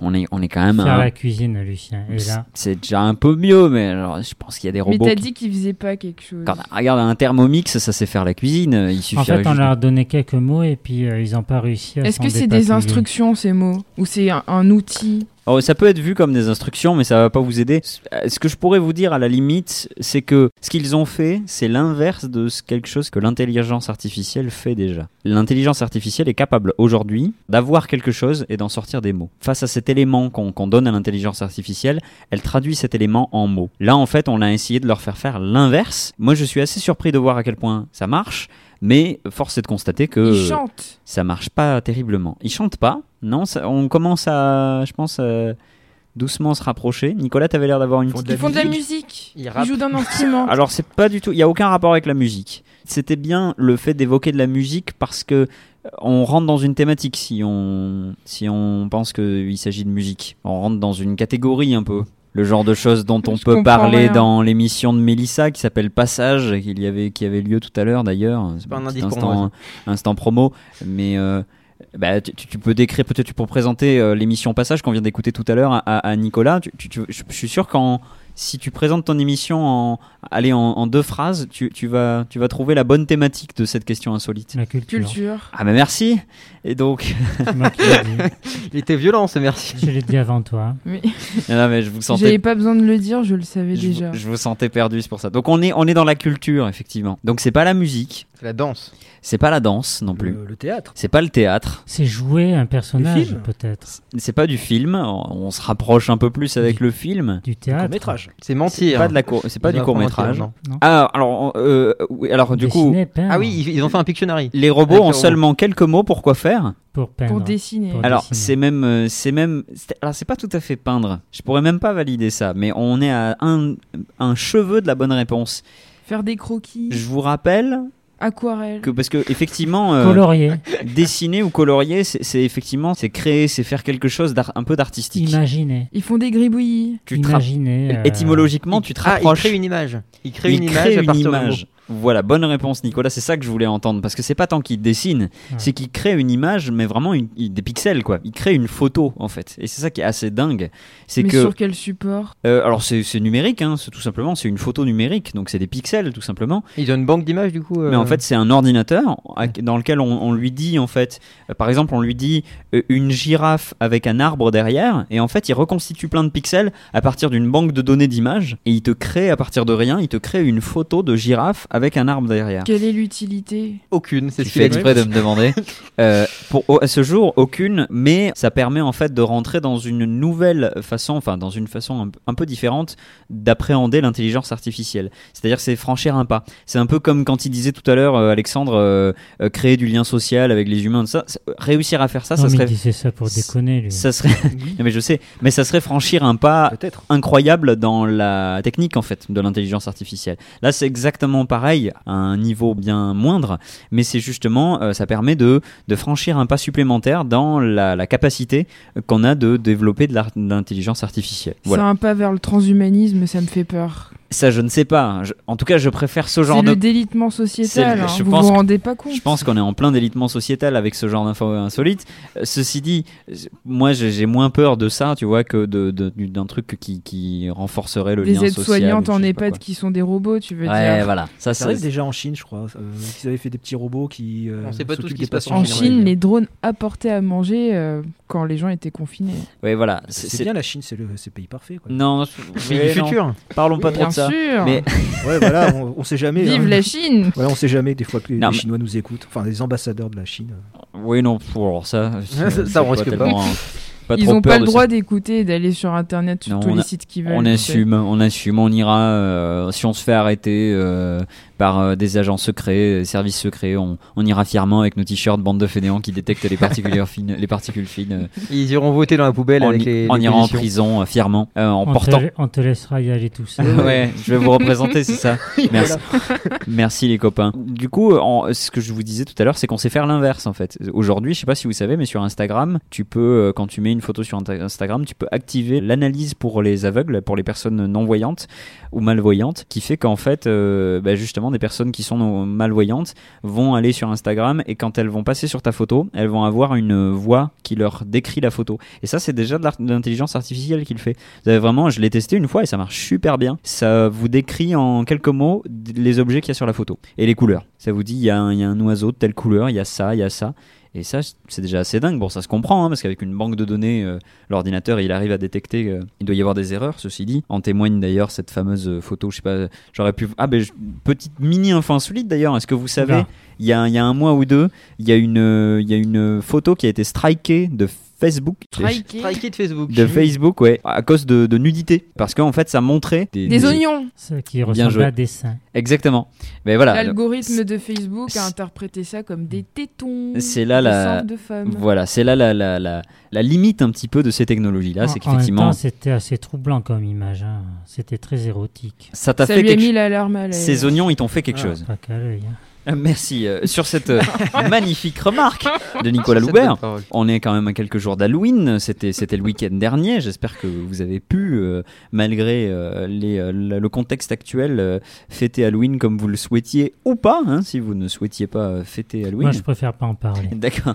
Speaker 5: On est, on est quand même. à
Speaker 7: Faire
Speaker 5: un-
Speaker 7: la cuisine, Lucien. Et là,
Speaker 5: C'est déjà un peu mieux, mais alors, je pense qu'il y a des
Speaker 10: Mais
Speaker 5: robots.
Speaker 10: t'as
Speaker 5: qui-
Speaker 10: dit qu'ils faisaient pas quelque chose.
Speaker 5: Quand on regarde un thermomix, ça sait faire la cuisine. Il
Speaker 7: en
Speaker 5: suffirait
Speaker 7: fait, on
Speaker 5: juste-
Speaker 7: leur a donné quelques mots et puis euh, ils n'ont pas réussi à
Speaker 10: Est-ce
Speaker 7: s'en
Speaker 10: que c'est des
Speaker 7: dépatouiller.
Speaker 10: instructions ces mots Ou c'est un, un outil
Speaker 5: Alors, ça peut être vu comme des instructions, mais ça va pas vous aider. Ce- euh, Ce que je pourrais vous dire à la limite, c'est que ce qu'ils ont fait, c'est l'inverse de ce- quelque chose que l'intelligence artificielle fait déjà. L'intelligence artificielle est capable aujourd'hui d'avoir quelque chose et d'en sortir des mots. Face à cet élément qu'on qu'on donne à l'intelligence artificielle, elle traduit cet élément en mots. Là, en fait, on a essayé de leur faire faire l'inverse. Moi, je suis assez surpris de voir à quel point ça marche, mais force est de constater que
Speaker 10: Ils chantent.
Speaker 5: ça marche pas terriblement. Ils chantent pas, non ça- On commence à, je pense, euh, doucement se rapprocher. Nicolas, t'avais l'air d'avoir une.
Speaker 6: Faut de
Speaker 5: petite-
Speaker 10: Ils font de la musique.
Speaker 6: Ils
Speaker 10: Ils,
Speaker 6: rappent.
Speaker 10: jouent d'un instrument.
Speaker 5: Alors c'est pas du tout. Il y a aucun rapport avec la musique. C'était bien le fait d'évoquer de la musique parce que euh, on rentre dans une thématique si on si on pense qu'il s'agit de musique. On rentre dans une catégorie un peu. Le genre de choses dont on
Speaker 10: Je
Speaker 5: peut
Speaker 10: comprends
Speaker 5: parler
Speaker 10: rien.
Speaker 5: dans l'émission de Mélissa qui s'appelle Passage, et qu'il y avait, qui avait lieu tout à l'heure d'ailleurs. C'est
Speaker 6: pas un indice pour
Speaker 5: instant,
Speaker 6: moi,
Speaker 5: instant promo. Mais euh, bah, tu, tu- tu peux décrire, peut-être tu peux présenter euh, l'émission Passage qu'on vient d'écouter tout à l'heure à, à- à Nicolas. Tu- tu- tu- je, je suis sûr qu'en si tu présentes ton émission en, allez, en, en deux phrases, tu, tu vas, tu vas trouver la bonne thématique de cette question insolite.
Speaker 7: La culture.
Speaker 10: Culture.
Speaker 5: Ah bah merci Et donc,
Speaker 7: C'est moi qui l'ai dit.
Speaker 6: Il était violent ce merci.
Speaker 7: Je l'ai dit avant toi.
Speaker 10: Mais
Speaker 5: non, non, mais je vous sentais
Speaker 10: j'avais pas besoin de le dire, je le savais
Speaker 5: je,
Speaker 10: déjà.
Speaker 5: vous- je vous sentais perdu, c'est pour ça. Donc on est, on est dans la culture, effectivement. Donc c'est pas la musique,
Speaker 6: C'est la danse.
Speaker 5: c'est pas la danse non plus,
Speaker 4: Le, le théâtre.
Speaker 5: c'est pas le théâtre,
Speaker 7: C'est jouer un personnage,
Speaker 4: films
Speaker 7: peut-être.
Speaker 5: c'est pas du film. On on se rapproche un peu plus avec le film.
Speaker 7: Du
Speaker 4: Court
Speaker 7: théâtre.
Speaker 4: métrage.
Speaker 6: C'est
Speaker 5: C'est
Speaker 6: mentir.
Speaker 5: pas de la cour- c'est pas
Speaker 6: Ils
Speaker 5: du
Speaker 6: doivent
Speaker 5: court métrage.
Speaker 6: mentir, non.
Speaker 5: Ah, alors, euh, oui, alors du coup,
Speaker 7: Dessiner, peindre.
Speaker 6: Ah oui, ils- ils ont fait un Pictionary.
Speaker 5: les robots
Speaker 6: Avec
Speaker 5: ont
Speaker 6: les
Speaker 5: seulement quelques mots pour quoi faire.
Speaker 7: Pour peindre.
Speaker 10: Pour dessiner.
Speaker 7: Pour-
Speaker 5: Alors
Speaker 7: dessiner.
Speaker 5: c'est même, euh, c'est même, c'est- alors c'est pas tout à fait peindre. Je pourrais même pas valider ça, mais on est à un, un cheveu de la bonne réponse.
Speaker 10: Faire des croquis.
Speaker 5: Je vous rappelle
Speaker 10: Aquarelle.
Speaker 5: que parce que effectivement, euh,
Speaker 7: Colorier.
Speaker 5: dessiner ou colorier, c'est c'est effectivement, c'est créer, c'est faire quelque chose d'ar- un peu d'artistique.
Speaker 7: Imaginer.
Speaker 10: Ils font des gribouillis.
Speaker 5: Tu te ra-
Speaker 7: Imaginer. euh,
Speaker 5: étymologiquement, tu te
Speaker 6: Ah, il
Speaker 5: rapproches.
Speaker 6: crée une image. Il crée
Speaker 5: Il
Speaker 6: une
Speaker 5: crée
Speaker 6: image à
Speaker 5: une
Speaker 6: partir d'un
Speaker 5: image. Voilà, bonne réponse Nicolas, c'est ça que je voulais entendre parce que c'est pas tant qu'il dessine, c'est qu'il crée une image mais vraiment une- une- des pixels quoi. Il crée une photo en fait et c'est ça qui est assez dingue, c'est
Speaker 10: Mais
Speaker 5: que
Speaker 10: sur quel support
Speaker 5: euh, alors c'est c'est numérique hein, c'est tout simplement, c'est une photo numérique donc c'est des pixels tout simplement.
Speaker 6: mot. Ils ont une banque d'images du coup. euh,
Speaker 5: Mais en fait, c'est un ordinateur à- dans lequel on, on lui dit, en fait, euh, par exemple, on lui dit euh, une girafe avec un arbre derrière, et en fait, il reconstitue plein de pixels à partir d'une banque de données d'images, et il te crée, à partir de rien, il te crée une photo de girafe avec un arbre derrière.
Speaker 10: Quelle est l'utilité
Speaker 6: aucune. C'est
Speaker 5: Tu
Speaker 6: ce qu'il
Speaker 5: fais
Speaker 6: a dit.
Speaker 5: exprès de me demander. Euh, pour, au- à ce jour, aucune, mais ça permet en fait de rentrer dans une nouvelle façon, enfin dans une façon un, un peu différente d'appréhender l'intelligence artificielle. C'est-à-dire c'est franchir un pas. C'est un peu comme quand il disait tout à l'heure, euh, Alexandre, euh, euh, créer du lien social avec les humains, ça, c'est- réussir à faire ça,
Speaker 7: non,
Speaker 5: ça
Speaker 7: mais
Speaker 5: serait...
Speaker 7: il disait ça pour
Speaker 5: c-
Speaker 7: déconner, lui.
Speaker 5: Ça serait, Non, mais je sais, mais ça serait franchir un
Speaker 6: Ah.
Speaker 5: pas
Speaker 4: Peut-être.
Speaker 5: incroyable dans la technique en fait de l'intelligence artificielle. Là, c'est exactement pareil, à un niveau bien moindre, mais c'est justement euh, ça permet de, de franchir un pas supplémentaire dans la, la capacité qu'on a de développer de l'ar- de l'intelligence artificielle. Voilà.
Speaker 10: C'est un pas vers le transhumanisme, ça me fait peur.
Speaker 5: Ça, je ne sais pas. Je- en tout cas, je préfère ce genre
Speaker 10: C'est
Speaker 5: de
Speaker 10: le délitement sociétal.
Speaker 5: C'est-
Speaker 10: hein,
Speaker 5: je
Speaker 10: Vous
Speaker 5: pense
Speaker 10: vous
Speaker 5: que-
Speaker 10: rendez pas compte
Speaker 5: Je pense qu'on est en plein délitement sociétal avec ce genre d'infos insolites. Euh, Ceci dit, euh, moi j'ai j'ai moins peur de ça, tu vois, que de- de- du- d'un truc qui, qui renforcerait le lien
Speaker 10: Des
Speaker 5: social.
Speaker 10: aides-soignantes
Speaker 5: ou je
Speaker 10: en
Speaker 5: sais pas
Speaker 10: EHPAD qui sont des robots, tu veux
Speaker 5: quoi. Ouais,
Speaker 10: dire.
Speaker 5: voilà.
Speaker 4: Ça
Speaker 5: Ça, ça-
Speaker 4: reste déjà en Chine, je crois. euh, ils avaient fait des petits robots qui. euh,
Speaker 6: On sait pas tout ce
Speaker 4: s'occupent
Speaker 6: qui
Speaker 4: des
Speaker 6: se passe en
Speaker 4: patients.
Speaker 10: En
Speaker 6: Chine,
Speaker 10: Chine, les drones apportaient à manger euh, quand les gens étaient confinés.
Speaker 5: ouais, voilà.
Speaker 4: C'est
Speaker 5: C'est- Mm.
Speaker 4: c'est bien la Chine, c'est le, c'est le pays parfait. Quoi.
Speaker 5: Non,
Speaker 6: Mais
Speaker 5: ouais,
Speaker 6: du
Speaker 5: non.
Speaker 6: futur.
Speaker 5: Parlons pas trop
Speaker 10: Bien
Speaker 5: de ça.
Speaker 10: sûr.
Speaker 5: Mais- euh,
Speaker 4: Ouais, voilà, on, on sait jamais.
Speaker 10: Vive
Speaker 4: hein.
Speaker 10: la Chine
Speaker 4: Voilà, on sait jamais des fois que les
Speaker 5: Non, mais-
Speaker 4: Chinois nous écoutent, enfin les ambassadeurs de la Chine.
Speaker 5: Oui, non, pour ça,
Speaker 6: Ça,
Speaker 5: c'est
Speaker 6: on risque pas.
Speaker 5: tellement, euh, pas
Speaker 10: Ils
Speaker 5: trop
Speaker 10: n'ont
Speaker 5: peur
Speaker 10: pas le
Speaker 5: de ça.
Speaker 10: droit d'écouter et d'aller sur internet sur
Speaker 5: Non,
Speaker 10: tous
Speaker 5: on
Speaker 10: les
Speaker 5: a-
Speaker 10: sites qu'ils veulent.
Speaker 5: On
Speaker 10: tu sais.
Speaker 5: assume, on assume, on ira. euh, si on se fait arrêter, euh, par euh, des agents secrets, euh, services secrets. On, on ira fièrement avec nos t-shirts bande de fainéants qui détectent les particules fines, les particules fines. euh,
Speaker 6: Ils iront voter dans la poubelle
Speaker 5: en,
Speaker 6: avec
Speaker 5: i-
Speaker 6: les.
Speaker 5: en
Speaker 6: les
Speaker 5: ira en
Speaker 6: positions.
Speaker 5: prison euh, fièrement, euh, en
Speaker 7: on,
Speaker 5: portant.
Speaker 7: te, on te laissera y aller tout seul.
Speaker 5: Ah ouais, je vais vous représenter, c'est ça. Merci. Merci les copains. Du coup, euh, en- ce que je vous disais tout à l'heure, c'est qu'on sait faire l'inverse en fait. Aujourd'hui, je sais pas si vous savez, mais sur Instagram, tu peux, euh, quand tu mets une photo sur Insta- Instagram, tu peux activer l'analyse pour les aveugles, pour les personnes non-voyantes ou malvoyantes, qui fait qu'en fait, euh, bah, justement, des personnes qui sont non- malvoyantes vont aller sur Instagram et quand elles vont passer sur ta photo, elles vont avoir une voix qui leur décrit la photo. Et ça, c'est déjà de l'art- de l'intelligence artificielle qui le fait. Vous avez vraiment, je l'ai testé une fois et ça marche super bien. Ça vous décrit en quelques mots d- les objets qu'il y a sur la photo et les couleurs. Ça vous dit, il y, a un- il y a un oiseau de telle couleur, il y a ça, il y a ça. Et ça, c'est déjà assez dingue. Bon, ça se comprend, hein, parce qu'avec une banque de données, euh, l'ordinateur, il arrive à détecter. euh, il doit y avoir des erreurs, ceci dit. En témoigne d'ailleurs cette fameuse euh, photo, je sais pas, j'aurais pu. Ah, ben, je- petite mini info insolite d'ailleurs. Est-ce que vous savez,
Speaker 7: Oula.
Speaker 5: il y, a, un- il y a un mois ou deux, il y, a une, euh, il y a une photo qui a été strikée de Facebook.
Speaker 10: Triqué.
Speaker 6: Striker de Facebook.
Speaker 5: De Facebook, ouais, à cause de, de nudité. Parce qu'en fait, ça montrait des,
Speaker 10: Des oignons.
Speaker 7: Ce qui ressemble
Speaker 5: joué.
Speaker 7: à des seins.
Speaker 5: Exactement. Mais voilà.
Speaker 10: L'algorithme de Facebook
Speaker 5: Ah,
Speaker 10: a
Speaker 5: c'est-
Speaker 10: interprété ça comme des tétons.
Speaker 5: C'est là
Speaker 10: des
Speaker 5: la-
Speaker 10: seins de femmes.
Speaker 5: Voilà, c'est là la, la, la, la limite un petit peu de ces technologies-là,
Speaker 7: En-
Speaker 5: c'est
Speaker 7: en même temps,
Speaker 5: qu'effectivement,
Speaker 7: c'était assez troublant comme image. hein. C'était très érotique.
Speaker 5: ça t'a
Speaker 10: Ça
Speaker 5: fait
Speaker 10: lui a
Speaker 5: quelque
Speaker 10: mis
Speaker 5: chose.
Speaker 10: l'alarme à l'œil.
Speaker 5: Ces oignons, ils t'ont fait quelque
Speaker 4: Ah.
Speaker 5: chose.
Speaker 7: Pas qu'à l'œil. hein.
Speaker 5: Euh, Merci. euh, sur cette euh, magnifique remarque de Nicolas
Speaker 6: Cette
Speaker 5: Loubert,
Speaker 6: bonne parole.
Speaker 5: On est quand même à quelques jours d'Halloween, c'était c'était le week-end dernier, j'espère que vous avez pu, euh, malgré euh, les, euh, la- le contexte actuel, euh, fêter Halloween comme vous le souhaitiez ou pas, hein, si vous ne souhaitiez pas euh, fêter Halloween.
Speaker 7: Moi, je préfère pas en parler.
Speaker 5: D'accord.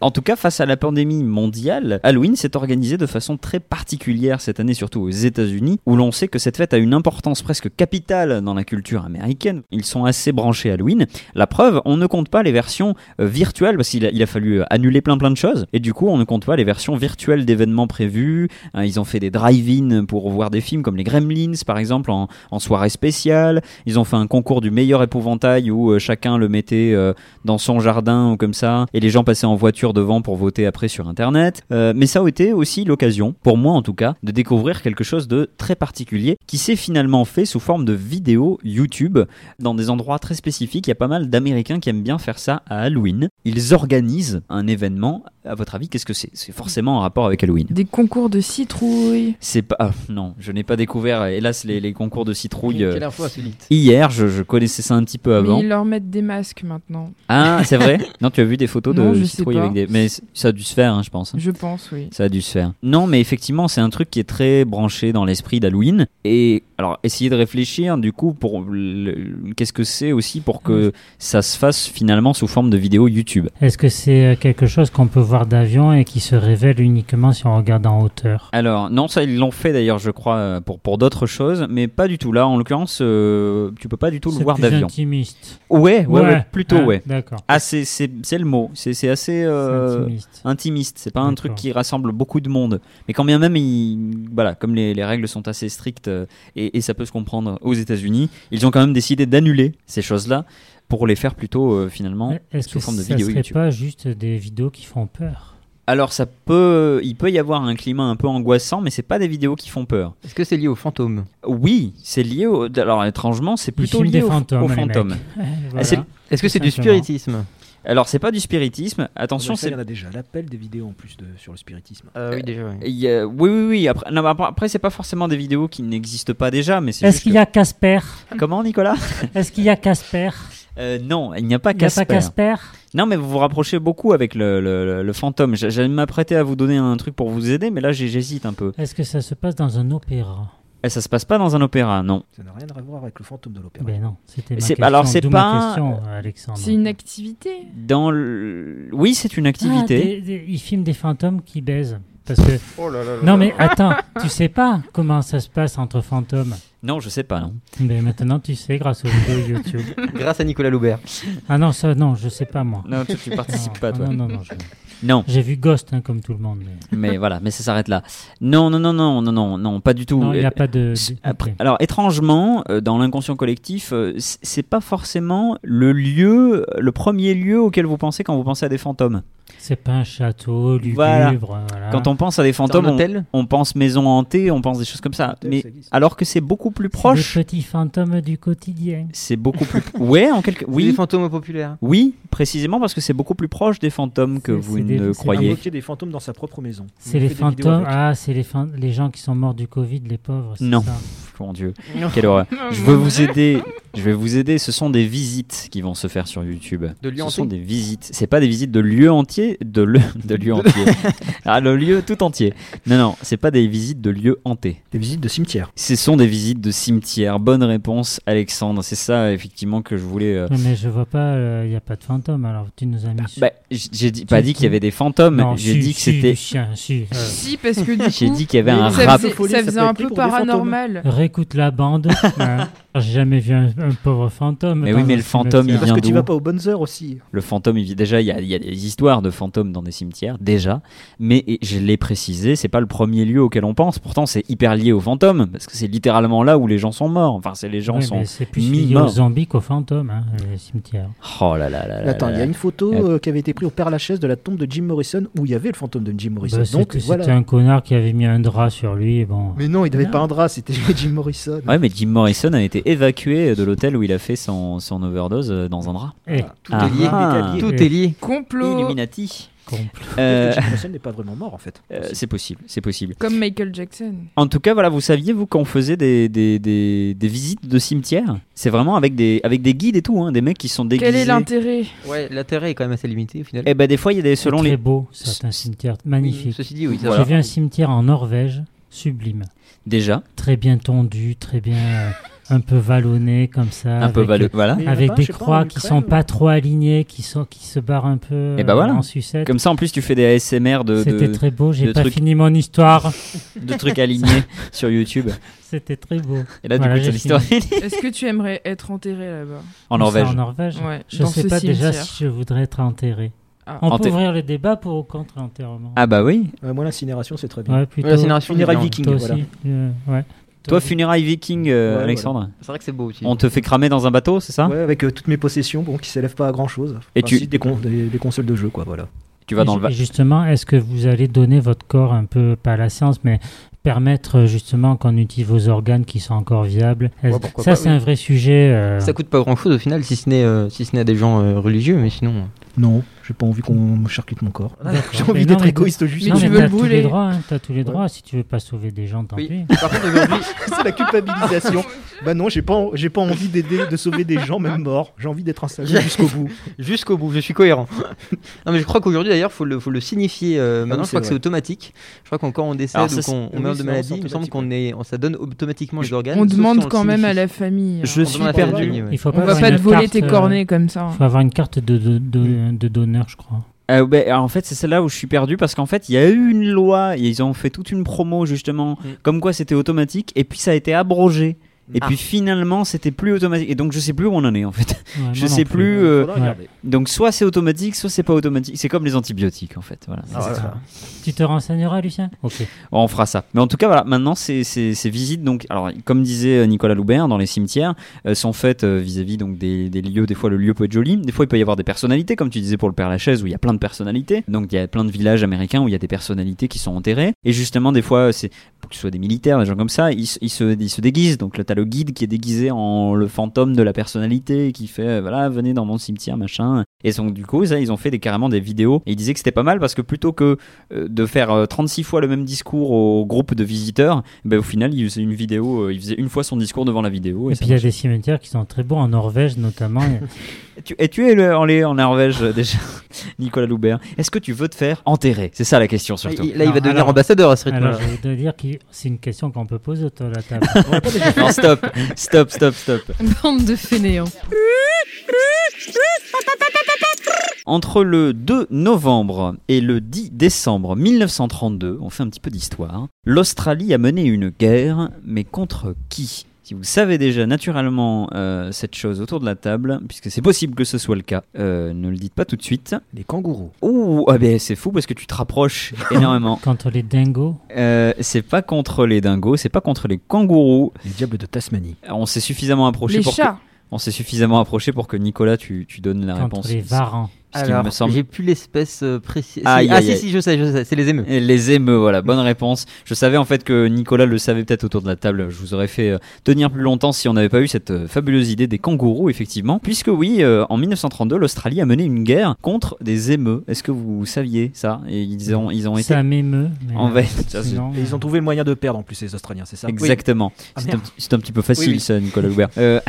Speaker 5: en tout cas, face à la pandémie mondiale, Halloween s'est organisé de façon très particulière cette année, surtout aux États-Unis, où l'on sait que cette fête a une importance presque capitale dans la culture américaine. Ils sont assez branchés Halloween. La preuve, on ne compte pas les versions euh, virtuelles, parce qu'il a, il a fallu euh, annuler plein plein de choses, et du coup, on ne compte pas les versions virtuelles d'événements prévus. Hein, ils ont fait des drive-in pour voir des films comme les Gremlins, par exemple, en, en soirée spéciale. Ils ont fait un concours du meilleur épouvantail où euh, chacun le mettait euh, dans son jardin ou comme ça, et les gens passaient en voiture devant pour voter après sur Internet. Euh, mais ça a été aussi l'occasion, pour moi en tout cas, de découvrir quelque chose de très particulier qui s'est finalement fait sous forme de vidéo YouTube dans des endroits très spécifiques. Il y a pas mal d'Américains qui aiment bien faire ça à Halloween. Ils organisent un événement. À votre avis, qu'est-ce que c'est C'est forcément en rapport avec Halloween.
Speaker 10: Des concours de citrouilles.
Speaker 5: C'est pas. ah, non, je n'ai pas découvert, hélas, les, les concours de citrouille. euh,
Speaker 6: Quelle info insolite.
Speaker 5: Hier, je, je connaissais ça un petit peu avant.
Speaker 10: Mais ils leur mettent des masques maintenant.
Speaker 5: Ah, c'est vrai Non, tu as vu des photos
Speaker 10: Non, je
Speaker 5: de
Speaker 10: sais
Speaker 5: citrouilles
Speaker 10: pas.
Speaker 5: avec des. Mais c- ça a dû se faire, hein, je pense.
Speaker 10: Je pense, oui.
Speaker 5: Ça a dû se faire. Non, mais effectivement, c'est un truc qui est très branché dans l'esprit d'Halloween. Et alors, essayez de réfléchir, du coup, pour le- qu'est-ce que c'est aussi pour que ça se fasse finalement sous forme de vidéo YouTube.
Speaker 7: Est-ce que c'est euh, quelque chose qu'on peut voir d'avion et qui se révèle uniquement si on regarde en hauteur
Speaker 5: Alors, non, ça, ils l'ont fait d'ailleurs, je crois, euh, pour, pour d'autres choses, mais pas du tout. Là, en l'occurrence, euh, tu peux pas du tout le
Speaker 7: C'est
Speaker 5: voir
Speaker 7: plus
Speaker 5: d'avion.
Speaker 7: intimiste.
Speaker 5: Ouais, ouais, ouais, plutôt,
Speaker 7: hein,
Speaker 5: ouais.
Speaker 7: D'accord.
Speaker 5: Ah, c'est c'est- c'est le mot. C'est c'est assez. euh,
Speaker 7: C'est intimiste.
Speaker 5: intimiste. C'est pas un truc
Speaker 7: D'accord.
Speaker 5: qui rassemble beaucoup de monde. Mais quand bien même, il- voilà, comme les, les règles sont assez strictes euh, et, et ça peut se comprendre aux États-Unis, ils ont quand même décidé d'annuler ces choses-là pour les faire plutôt euh, finalement.
Speaker 7: Mais Est-ce
Speaker 5: sous
Speaker 7: que
Speaker 5: forme de
Speaker 7: ça
Speaker 5: vidéo
Speaker 7: serait
Speaker 5: YouTube.
Speaker 7: pas juste des vidéos qui font peur
Speaker 5: Alors ça peut, il peut y avoir un climat un peu angoissant, mais c'est pas des vidéos qui font peur.
Speaker 6: Est-ce que c'est lié aux fantômes
Speaker 5: Oui, c'est lié. Au, alors étrangement, c'est
Speaker 7: Ils
Speaker 5: plutôt
Speaker 7: filment
Speaker 5: lié
Speaker 7: des
Speaker 5: au,
Speaker 7: fantômes.
Speaker 5: au
Speaker 7: les
Speaker 5: fantôme.
Speaker 7: mecs. Eh, voilà.
Speaker 5: Ah, c'est-
Speaker 6: Est-ce que c'est du
Speaker 7: Simplement.
Speaker 6: spiritisme
Speaker 5: Alors c'est pas du spiritisme.
Speaker 4: Attention,
Speaker 5: Attention,
Speaker 4: ça,
Speaker 5: c'est
Speaker 4: il y en a déjà à l'appel des vidéos en plus de, sur le spiritisme.
Speaker 6: Euh, Oui, déjà. oui.
Speaker 5: il y a- oui, oui, oui. Après, non, mais après, après, c'est pas forcément des vidéos qui n'existent pas déjà, mais c'est
Speaker 7: Est-ce
Speaker 5: juste
Speaker 7: qu'il y a Casper
Speaker 5: que- comment, Nicolas
Speaker 7: Est-ce qu'il y a Casper
Speaker 5: Euh, Non, il n'y a pas
Speaker 7: Il n'y a pas
Speaker 5: Casper.
Speaker 7: Casper
Speaker 5: Non, mais vous vous rapprochez beaucoup avec le, le- le- le fantôme. J- J'allais m'apprêter à vous donner un truc pour vous aider, mais là j'ai- j'hésite un peu.
Speaker 7: Est-ce que ça se passe dans un opéra
Speaker 5: Et ça se passe pas dans un opéra, non.
Speaker 4: Ça n'a rien à voir avec le fantôme de l'opéra.
Speaker 7: Ben non, c'était ma
Speaker 5: Eh C'est-
Speaker 7: question.
Speaker 5: alors, c'est
Speaker 7: d'où ma
Speaker 5: pas-
Speaker 7: question,
Speaker 5: Ah,
Speaker 7: Alexandre.
Speaker 10: C'est une activité.
Speaker 5: Dans le... Oui, c'est une activité.
Speaker 7: Ah, des- des- ils filment des fantômes qui baisent. Parce que... non mais attends, tu sais pas comment ça se passe entre fantômes.
Speaker 5: Non, je sais pas, non.
Speaker 7: Mais maintenant tu sais grâce aux vidéos YouTube.
Speaker 6: Grâce à Nicolas Loubert.
Speaker 7: Ah non, ça non, je sais pas moi.
Speaker 5: Non, toi, tu participes
Speaker 7: Non,
Speaker 5: pas, toi.
Speaker 7: Non, non, non. je-
Speaker 5: Non,
Speaker 7: J'ai vu Ghost hein, comme tout le monde. mais-
Speaker 5: mais voilà, mais ça s'arrête là. Non, non, non, non, non, non, non, pas du tout.
Speaker 7: Non, il n'y
Speaker 5: Euh,
Speaker 7: a pas de...
Speaker 5: s-
Speaker 7: de-
Speaker 5: après-
Speaker 7: ok.
Speaker 5: Alors étrangement, euh, dans l'inconscient collectif, euh, c- c'est pas forcément le lieu, le premier lieu auquel vous pensez quand vous pensez à des fantômes.
Speaker 7: C'est pas un château lugubre.
Speaker 5: Voilà.
Speaker 7: voilà.
Speaker 5: Quand on pense à des
Speaker 6: C'est un
Speaker 5: fantômes, on,
Speaker 6: hôtel
Speaker 5: on pense maison hantée, on pense des choses comme ça.
Speaker 4: Hôtel,
Speaker 5: Mais
Speaker 4: ça existe.
Speaker 5: alors que c'est beaucoup plus
Speaker 7: C'est
Speaker 5: proche,
Speaker 7: Des petits fantômes du quotidien.
Speaker 5: c'est beaucoup plus. ouais, en quelque.
Speaker 6: Des
Speaker 5: Oui,
Speaker 6: fantômes populaires.
Speaker 5: oui, précisément parce que c'est beaucoup plus proche des fantômes que
Speaker 7: C'est-
Speaker 5: vous
Speaker 7: c'est des-
Speaker 5: ne
Speaker 7: c'est
Speaker 5: croyez.
Speaker 4: Invoquer des fantômes dans sa propre maison.
Speaker 7: C'est
Speaker 4: On
Speaker 7: les
Speaker 4: fait des vidéos
Speaker 7: fantômes.
Speaker 4: avec.
Speaker 7: Ah, c'est les, fan- les gens qui sont morts du Covid, les pauvres. c'est
Speaker 5: Non.
Speaker 7: ça.
Speaker 5: Mon Dieu, quelle horreur. Je veux vous aider. Je vais vous aider. Ce sont des visites qui vont se faire sur YouTube.
Speaker 6: De lieux
Speaker 5: Ce
Speaker 6: hantés
Speaker 5: sont des visites. C'est pas des visites de lieux entiers, de le, de lieux entiers. ah, le lieu tout entier. Non, non, c'est pas des visites de lieux hantés.
Speaker 4: Des visites de cimetière.
Speaker 5: Ce sont des visites de cimetières. Bonne réponse, Alexandre. C'est ça, effectivement, que je voulais. euh,
Speaker 7: Ouais, Mais je vois pas, euh, il n'y a pas de fantômes. Alors tu nous as mis. sur-
Speaker 5: Bah, j- j'ai dit- pas dit qu'il y avait des fantômes.
Speaker 7: Non,
Speaker 5: J'ai
Speaker 7: si,
Speaker 5: dit que
Speaker 7: si,
Speaker 5: c'était.
Speaker 7: du chien, si. euh,
Speaker 10: Si, parce que du
Speaker 5: J'ai
Speaker 10: coup,
Speaker 5: dit qu'il y avait un
Speaker 10: ça,
Speaker 5: rap.
Speaker 4: c'est-
Speaker 10: faisait,
Speaker 4: Folie,
Speaker 10: ça
Speaker 4: ça
Speaker 10: faisait
Speaker 4: peut
Speaker 10: un
Speaker 4: être pris
Speaker 10: peu
Speaker 4: pour des fantômes.
Speaker 10: paranormal.
Speaker 7: Réécoute la bande. hein. J'ai jamais vu un, un pauvre fantôme.
Speaker 5: Mais
Speaker 7: dans
Speaker 5: oui, mais
Speaker 7: un
Speaker 5: le fantôme, il
Speaker 7: cimetière.
Speaker 5: vient
Speaker 4: Parce que tu
Speaker 5: d'où
Speaker 4: vas pas aux bonnes heures aussi.
Speaker 5: Le fantôme, il vit déjà. Il y, a, il y a des histoires de fantômes dans des cimetières déjà, mais et je l'ai précisé, c'est pas le premier lieu auquel on pense. Pourtant, c'est hyper lié aux fantômes parce que c'est littéralement là où les gens sont morts. Enfin, c'est les gens
Speaker 7: Ouais,
Speaker 5: sont.
Speaker 7: mais C'est plus
Speaker 5: mis
Speaker 7: lié aux
Speaker 5: morts.
Speaker 7: zombies qu'aux fantômes, hein, les cimetières.
Speaker 5: Oh là là là. là
Speaker 4: Attends,
Speaker 5: là
Speaker 4: il y a
Speaker 5: là.
Speaker 4: une photo
Speaker 5: Euh,
Speaker 4: euh, qui avait été prise au Père Lachaise de la tombe de Jim Morrison où il y avait le fantôme de Jim Morrison.
Speaker 7: Bah,
Speaker 4: Donc
Speaker 7: C'était c'était
Speaker 4: voilà.
Speaker 7: un connard qui avait mis un drap sur lui. et Bon.
Speaker 4: Mais non, il n'avait
Speaker 7: Non.
Speaker 4: pas un drap, c'était Jim Morrison.
Speaker 5: Ouais, mais Jim Morrison a été évacué de l'hôtel où il a fait son, son overdose euh, dans un drap.
Speaker 7: Eh,
Speaker 4: Tout
Speaker 5: Ah.
Speaker 4: est lié.
Speaker 5: Ah.
Speaker 4: tout est lié.
Speaker 6: Tout est lié.
Speaker 10: Complot,
Speaker 5: Illuminati.
Speaker 7: complot.
Speaker 5: Euh,
Speaker 4: Peut-être que Jim Morrison n'est pas vraiment mort en fait.
Speaker 5: euh, c'est possible, c'est possible.
Speaker 10: comme Michael Jackson.
Speaker 5: En tout cas, voilà, vous saviez, vous, qu'on faisait des, des, des, des visites de cimetières C'est vraiment avec des, avec des guides et tout, hein, des mecs qui sont déguisés.
Speaker 10: Quel est l'intérêt
Speaker 6: Ouais, l'intérêt est quand même assez limité au final.
Speaker 5: Eh ben, des fois, il y a des. Selon
Speaker 7: Très
Speaker 5: les.
Speaker 7: beau, certains cimetières. Magnifique.
Speaker 6: Ceci dit, oui, ça
Speaker 5: Voilà.
Speaker 7: J'ai vu un cimetière en Norvège, sublime.
Speaker 5: Déjà,
Speaker 7: Très bien tondu, très bien, euh, un peu vallonné comme ça.
Speaker 5: un peu
Speaker 7: avec, euh,
Speaker 5: valeux. Voilà.
Speaker 4: Mais il y en a
Speaker 7: avec
Speaker 4: pas,
Speaker 7: des
Speaker 4: je sais pas, en
Speaker 7: croix qui sont
Speaker 4: Ukraine,
Speaker 7: pas trop alignées, qui, sont, qui se barrent un peu
Speaker 5: Eh ben
Speaker 7: euh,
Speaker 5: voilà.
Speaker 7: en sucette.
Speaker 5: Comme ça, en plus, tu fais des ASMR de,
Speaker 7: C'était
Speaker 5: de,
Speaker 7: très beau,
Speaker 5: de
Speaker 7: j'ai pas
Speaker 5: trucs-
Speaker 7: fini mon histoire.
Speaker 5: de trucs alignés sur YouTube.
Speaker 7: C'était très beau.
Speaker 5: Et là,
Speaker 7: Voilà,
Speaker 5: du coup,
Speaker 7: j'ai
Speaker 5: ton histoire
Speaker 10: Est-ce que tu aimerais être enterré là-bas
Speaker 5: en
Speaker 7: Comme ça,
Speaker 5: Norvège.
Speaker 7: En Norvège.
Speaker 10: Ouais,
Speaker 7: Je
Speaker 10: dans
Speaker 7: sais
Speaker 10: ce
Speaker 7: pas déjà
Speaker 10: cimetière.
Speaker 7: si je voudrais être enterré.
Speaker 10: Ah.
Speaker 7: On peut
Speaker 5: Enterré.
Speaker 7: ouvrir le débat pour ou contre l'enterrement.
Speaker 5: Ah bah oui.
Speaker 4: Ouais, moi, l'incinération, c'est très bien.
Speaker 7: Ouais, plutôt.
Speaker 6: Ouais, c'est une narration
Speaker 4: Funérailles
Speaker 6: différente.
Speaker 4: vikings,
Speaker 7: Toi
Speaker 4: voilà.
Speaker 7: aussi. euh, ouais.
Speaker 5: Toi, funérailles viking, euh,
Speaker 4: Ouais,
Speaker 5: Alexandre.
Speaker 6: C'est vrai que c'est beau aussi.
Speaker 5: On te fait cramer dans un bateau, c'est ça
Speaker 4: Ouais, avec euh, toutes mes possessions, bon, qui s'élèvent pas à grand chose.
Speaker 5: Ah. Et tu-
Speaker 4: des, con- des- des consoles de jeu, quoi, voilà.
Speaker 5: Tu vas dans
Speaker 7: Et
Speaker 5: le va-
Speaker 7: ju- et Justement, est-ce que vous allez donner votre corps un peu, pas à la science, mais permettre euh, justement qu'on utilise vos organes qui sont encore viables Est-ce-
Speaker 6: Ouais, pourquoi
Speaker 7: Ça,
Speaker 6: pas,
Speaker 7: c'est
Speaker 6: oui.
Speaker 7: un vrai sujet. euh,
Speaker 6: Ça coûte pas grand chose au final, si ce n'est euh, si ce n'est à des gens euh, religieux, mais sinon.
Speaker 4: Non, j'ai pas envie qu'on me charcute mon corps.
Speaker 7: D'accord.
Speaker 4: J'ai
Speaker 7: Mais
Speaker 4: envie
Speaker 7: non,
Speaker 4: d'être
Speaker 7: mais-
Speaker 4: égoïste au juste.
Speaker 10: Mais
Speaker 7: non,
Speaker 10: tu
Speaker 7: mais
Speaker 10: veux
Speaker 7: t'as
Speaker 10: le
Speaker 7: tous
Speaker 10: brûler.
Speaker 7: les droits, hein, t'as tous les droits. Si tu veux pas sauver des gens, tant
Speaker 6: Oui.
Speaker 7: pis.
Speaker 6: Par contre, aujourd'hui,
Speaker 4: C'est la culpabilisation. bah non, j'ai pas, en- j'ai pas envie d'aider, de sauver des gens, même morts. J'ai envie d'être un salaud jusqu'au bout.
Speaker 6: jusqu'au bout, je suis cohérent. non, mais je crois qu'aujourd'hui, d'ailleurs, faut le, faut le signifier.
Speaker 5: Ah
Speaker 6: euh, maintenant,
Speaker 4: oui,
Speaker 6: je
Speaker 4: c'est
Speaker 6: crois que c'est
Speaker 4: vrai.
Speaker 6: automatique. Je crois qu'on quand on décède
Speaker 5: Alors, ça,
Speaker 6: ou
Speaker 5: c'est-
Speaker 6: qu'on on
Speaker 4: oui,
Speaker 6: meurt de
Speaker 4: c'est-
Speaker 6: maladie,
Speaker 4: c'est
Speaker 6: il me semble
Speaker 4: automatique,
Speaker 6: qu'on est, on- ça donne automatiquement les organes.
Speaker 10: On
Speaker 6: sauf si
Speaker 10: demande
Speaker 6: le Ah,
Speaker 10: quand même à
Speaker 6: signifie.
Speaker 10: la famille. hein.
Speaker 5: Je
Speaker 6: On
Speaker 5: suis
Speaker 6: demande à la
Speaker 5: perdu.
Speaker 6: famille, ouais.
Speaker 7: Il faut
Speaker 10: On va
Speaker 7: avoir
Speaker 10: pas
Speaker 7: une
Speaker 10: te voler
Speaker 7: carte,
Speaker 10: tes
Speaker 7: euh,
Speaker 10: cornets comme ça.
Speaker 7: Il
Speaker 10: hein.
Speaker 7: faut avoir une carte de, de, de, de donneur, je crois.
Speaker 5: Euh, ben, en fait, c'est celle-là où je suis perdu parce qu'en fait, il y a eu une loi, et ils ont fait toute une promo justement,
Speaker 7: Mm.
Speaker 5: comme quoi c'était automatique, et puis ça a été abrogé. Et
Speaker 6: Ah.
Speaker 5: puis finalement, c'était plus automatique. Et donc, je sais plus où on en est en fait.
Speaker 7: Ouais, Ah, moi
Speaker 5: je
Speaker 7: non
Speaker 5: sais plus. euh,
Speaker 4: Faudra
Speaker 7: Ouais.
Speaker 4: regarder.
Speaker 5: donc, soit c'est automatique, soit c'est pas automatique. C'est comme les antibiotiques en fait. Voilà.
Speaker 6: Ah, voilà.
Speaker 7: Tu te renseigneras, Lucien Ok.
Speaker 5: Bon, on fera ça. Mais en tout cas, voilà, maintenant, ces, ces- ces visites, donc, alors, comme disait euh, Nicolas Loubert, dans les cimetières, euh, sont faites euh, vis-à-vis donc des, des lieux. Des fois, le lieu peut être joli. Des fois, il peut y avoir des personnalités, comme tu disais pour le Père Lachaise, où il y a plein de personnalités. Donc, il y a plein de villages américains où il y a des personnalités qui sont enterrées. Et justement, des fois, euh, c'est pour que ce soit des militaires, des gens comme ça, ils, se- ils se, ils se déguisent. Donc, là, t'as le guide qui est déguisé en le fantôme de la personnalité, qui fait, euh, voilà, venez dans mon cimetière, machin. Et donc, du coup, ça, ils ont fait des, carrément des vidéos. Et ils disaient que c'était pas mal parce que plutôt que euh, de faire euh, 36 fois le même discours au groupe de visiteurs, ben, au final, il faisait une vidéo, euh, il faisait une fois son discours devant la vidéo. Et,
Speaker 7: Et
Speaker 5: ça
Speaker 7: puis il y a
Speaker 5: marchait.
Speaker 7: des cimetières qui sont très beaux, en Norvège notamment. il y a-
Speaker 5: Tu, et tu es le- en, les- en Norvège euh, déjà, Nicolas Loubert. Est-ce que tu veux te faire enterrer C'est ça la question
Speaker 6: Là,
Speaker 5: surtout.
Speaker 6: Ah, il là, il
Speaker 7: Non,
Speaker 6: va devenir
Speaker 7: alors-
Speaker 6: ambassadeur à ce rythme-là.
Speaker 7: Alors je voudrais dire que c'est une question qu'on peut poser autour de la table.
Speaker 5: Non, stop, stop, stop, stop.
Speaker 11: Bande de fainéants.
Speaker 5: Entre le 2 novembre et le 10 décembre 1932, on fait un petit peu d'histoire, l'Australie a mené une guerre, mais contre qui si vous savez déjà naturellement euh, cette chose autour de la table, puisque c'est possible que ce soit le cas, euh, ne le dites pas tout de suite.
Speaker 4: Les kangourous.
Speaker 5: Ouh, ah ben c'est fou parce que tu te rapproches énormément.
Speaker 7: Contre les dingos,
Speaker 5: Euh, c'est pas contre les dingos, c'est pas contre les kangourous.
Speaker 4: Les diables de Tasmanie.
Speaker 5: On s'est suffisamment approché
Speaker 10: Les
Speaker 5: pour que...
Speaker 10: chats.
Speaker 5: on s'est suffisamment approché pour que Nicolas tu, tu donnes la
Speaker 7: contre
Speaker 5: réponse.
Speaker 7: les varans.
Speaker 5: ce qui
Speaker 6: Alors,
Speaker 5: me semble.
Speaker 6: j'ai plus l'espèce euh, précise.
Speaker 5: Aïe,
Speaker 6: Si- ah
Speaker 5: aïe,
Speaker 6: si,
Speaker 5: aïe.
Speaker 6: si, je sais, je sais, c'est les émeux.
Speaker 5: Et Les émeux, voilà, bonne réponse. Je savais en fait que Nicolas le savait peut-être autour de la table. Je vous aurais fait euh, tenir plus longtemps si on n'avait pas eu cette euh, fabuleuse idée des kangourous, effectivement. Puisque oui, euh, en 1932, l'Australie a mené une guerre contre des émeux. Est-ce que vous saviez ça Et ils ont, ils ont été
Speaker 7: Ça m'émeut. mais euh,
Speaker 5: en veille.
Speaker 7: sinon,
Speaker 9: Et ils ont trouvé le moyen de perdre en plus, les Australiens, c'est ça
Speaker 5: Exactement.
Speaker 9: Ah,
Speaker 5: C'est un,
Speaker 9: merde.
Speaker 5: petit- c'est un petit peu facile,
Speaker 9: Oui, oui.
Speaker 5: ça, Nicolas Loubert. Euh,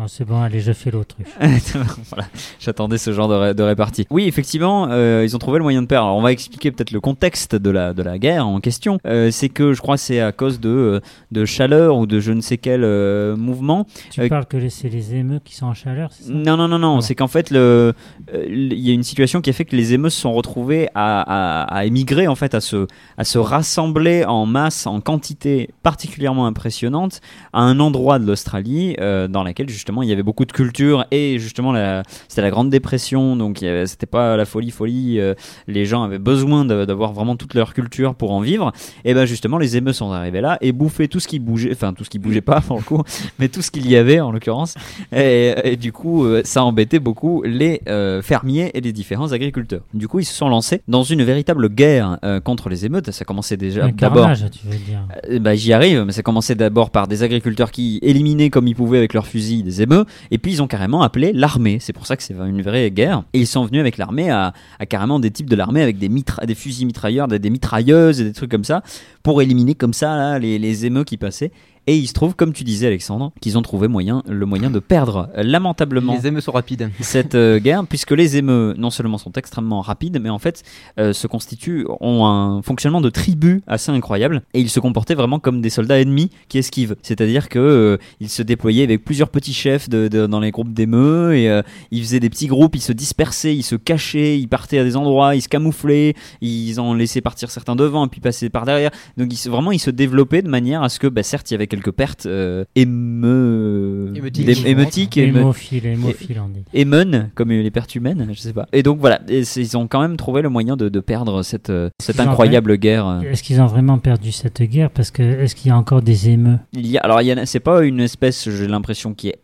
Speaker 7: Oh, c'est bon, allez, je fais l'autruche.
Speaker 5: voilà, j'attendais ce genre de, ré- de répartie. Oui, effectivement, euh, ils ont trouvé le moyen de perdre. Alors, on va expliquer peut-être le contexte de la, de la guerre en question. Euh, c'est que je crois que c'est à cause de, euh, de chaleur ou de je ne sais quel euh, mouvement.
Speaker 7: Tu
Speaker 5: Euh,
Speaker 7: parles que les- c'est les émeux qui sont en chaleur, c'est ça
Speaker 5: Non, non, non, non.
Speaker 7: Non.
Speaker 5: C'est qu'en fait, le- euh, il y a une situation qui a fait que les émeux se sont retrouvés à, à- à émigrer, en fait, à se, à se rassembler en masse, en quantité particulièrement impressionnante, à un endroit de l'Australie euh, dans laquelle justement il y avait beaucoup de culture et justement la- c'était la Grande Dépression, donc il y avait- c'était pas la folie, folie. euh, les gens avaient besoin de- d'avoir vraiment toute leur culture pour en vivre. Et ben justement, les émeux sont arrivés là et bouffaient tout ce qui bougeait, enfin tout ce qui bougeait pas pour le coup, mais tout ce qu'il y avait en l'occurrence. Et, et du coup, euh, ça embêtait beaucoup les euh, fermiers et les différents agriculteurs. Du coup, ils se sont lancés dans une véritable guerre euh, contre les émeutes. Ça commençait déjà
Speaker 7: Un
Speaker 5: Ah, d'abord.
Speaker 7: carnage, tu veux dire.
Speaker 5: Euh, bah, J'y arrive, mais ça commençait d'abord par des agriculteurs qui éliminaient comme ils pouvaient avec leurs fusils des émeux, et puis ils ont carrément appelé l'armée. C'est pour ça que c'est une vraie guerre. Et ils sont venus avec l'armée à, à carrément des types de l'armée avec des, mitra des fusils mitrailleurs, des, des mitrailleuses et des trucs comme ça, pour éliminer comme ça là, les, les émeux qui passaient. Et il se trouve, comme tu disais Alexandre, qu'ils ont trouvé moyen, le moyen de perdre euh, lamentablement
Speaker 6: Les émeux sont rapides.
Speaker 5: cette euh, guerre, puisque les émeux, non seulement sont extrêmement rapides, mais en fait euh, se constituent, ont un fonctionnement de tribu assez incroyable, et ils se comportaient vraiment comme des soldats ennemis qui esquivent. C'est-à-dire que euh, ils se déployaient avec plusieurs petits chefs de- de- dans les groupes d'émeux, et euh, ils faisaient des petits groupes, ils se dispersaient, ils se cachaient, ils partaient à des endroits, ils se camouflaient, ils en laissaient partir certains devant, puis passaient par derrière. Donc ils, se- vraiment, ils se développaient de manière à ce que, bah, certes, il y avait quelques pertes euh, émeu...
Speaker 6: Émeutiques.
Speaker 5: d'ém- émeutiques, éme-
Speaker 7: Hémophile, hémophile, on dit.
Speaker 5: Emen, comme les pertes humaines, je sais pas. Et donc voilà, et c'est- ils ont quand même trouvé le moyen de, de perdre cette, euh, cette
Speaker 7: Ils ont
Speaker 5: incroyable guerre. euh.
Speaker 7: Est-ce qu'ils ont vraiment perdu cette guerre Parce que est-ce qu'il y a encore des émeux
Speaker 5: Il y a, alors, il y en a- c'est pas une espèce, j'ai l'impression, qui est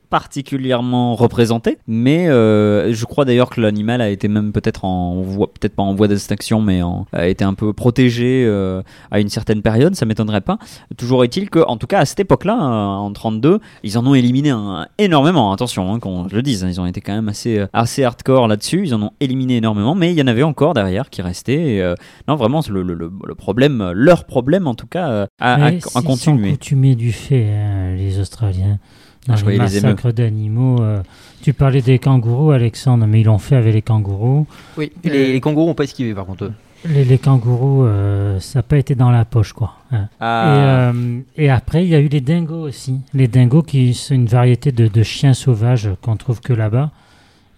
Speaker 5: particulièrement représentée, mais euh, je crois d'ailleurs que l'animal a été même peut-être en voie, peut-être pas en voie d'extinction, mais en- a été un peu protégé euh, à une certaine période, ça m'étonnerait pas. Toujours est-il que, en tout cas, à cette époque-là, euh, en 32, ils en ont éliminé un- énormément. Attention, hein, qu'on je le dise, hein, ils ont été quand même assez, euh, assez hardcore là-dessus. Ils en ont éliminé énormément, mais il y en avait encore derrière qui restaient. et, euh, non, vraiment, le, le- le- le problème, euh, leur problème en tout cas, euh, a, a-
Speaker 7: Mais
Speaker 5: a
Speaker 7: s'ils sont
Speaker 5: continué.
Speaker 7: coutumiers du fait, hein, les Australiens. Dans
Speaker 5: Ah, je
Speaker 7: les
Speaker 5: voyais les émeux.
Speaker 7: massacres d'animaux. euh, tu parlais des kangourous, Alexandre, mais ils l'ont fait avec les kangourous.
Speaker 6: Oui. Les, les kangourous ont pas esquivé par contre. eux.
Speaker 7: Les, les kangourous, euh, ça n'a pas été dans la poche, quoi. hein.
Speaker 5: Ah.
Speaker 7: Et, euh, et après, il y a eu les dingos aussi. Les dingos, qui sont une variété de, de chiens sauvages qu'on trouve que là-bas.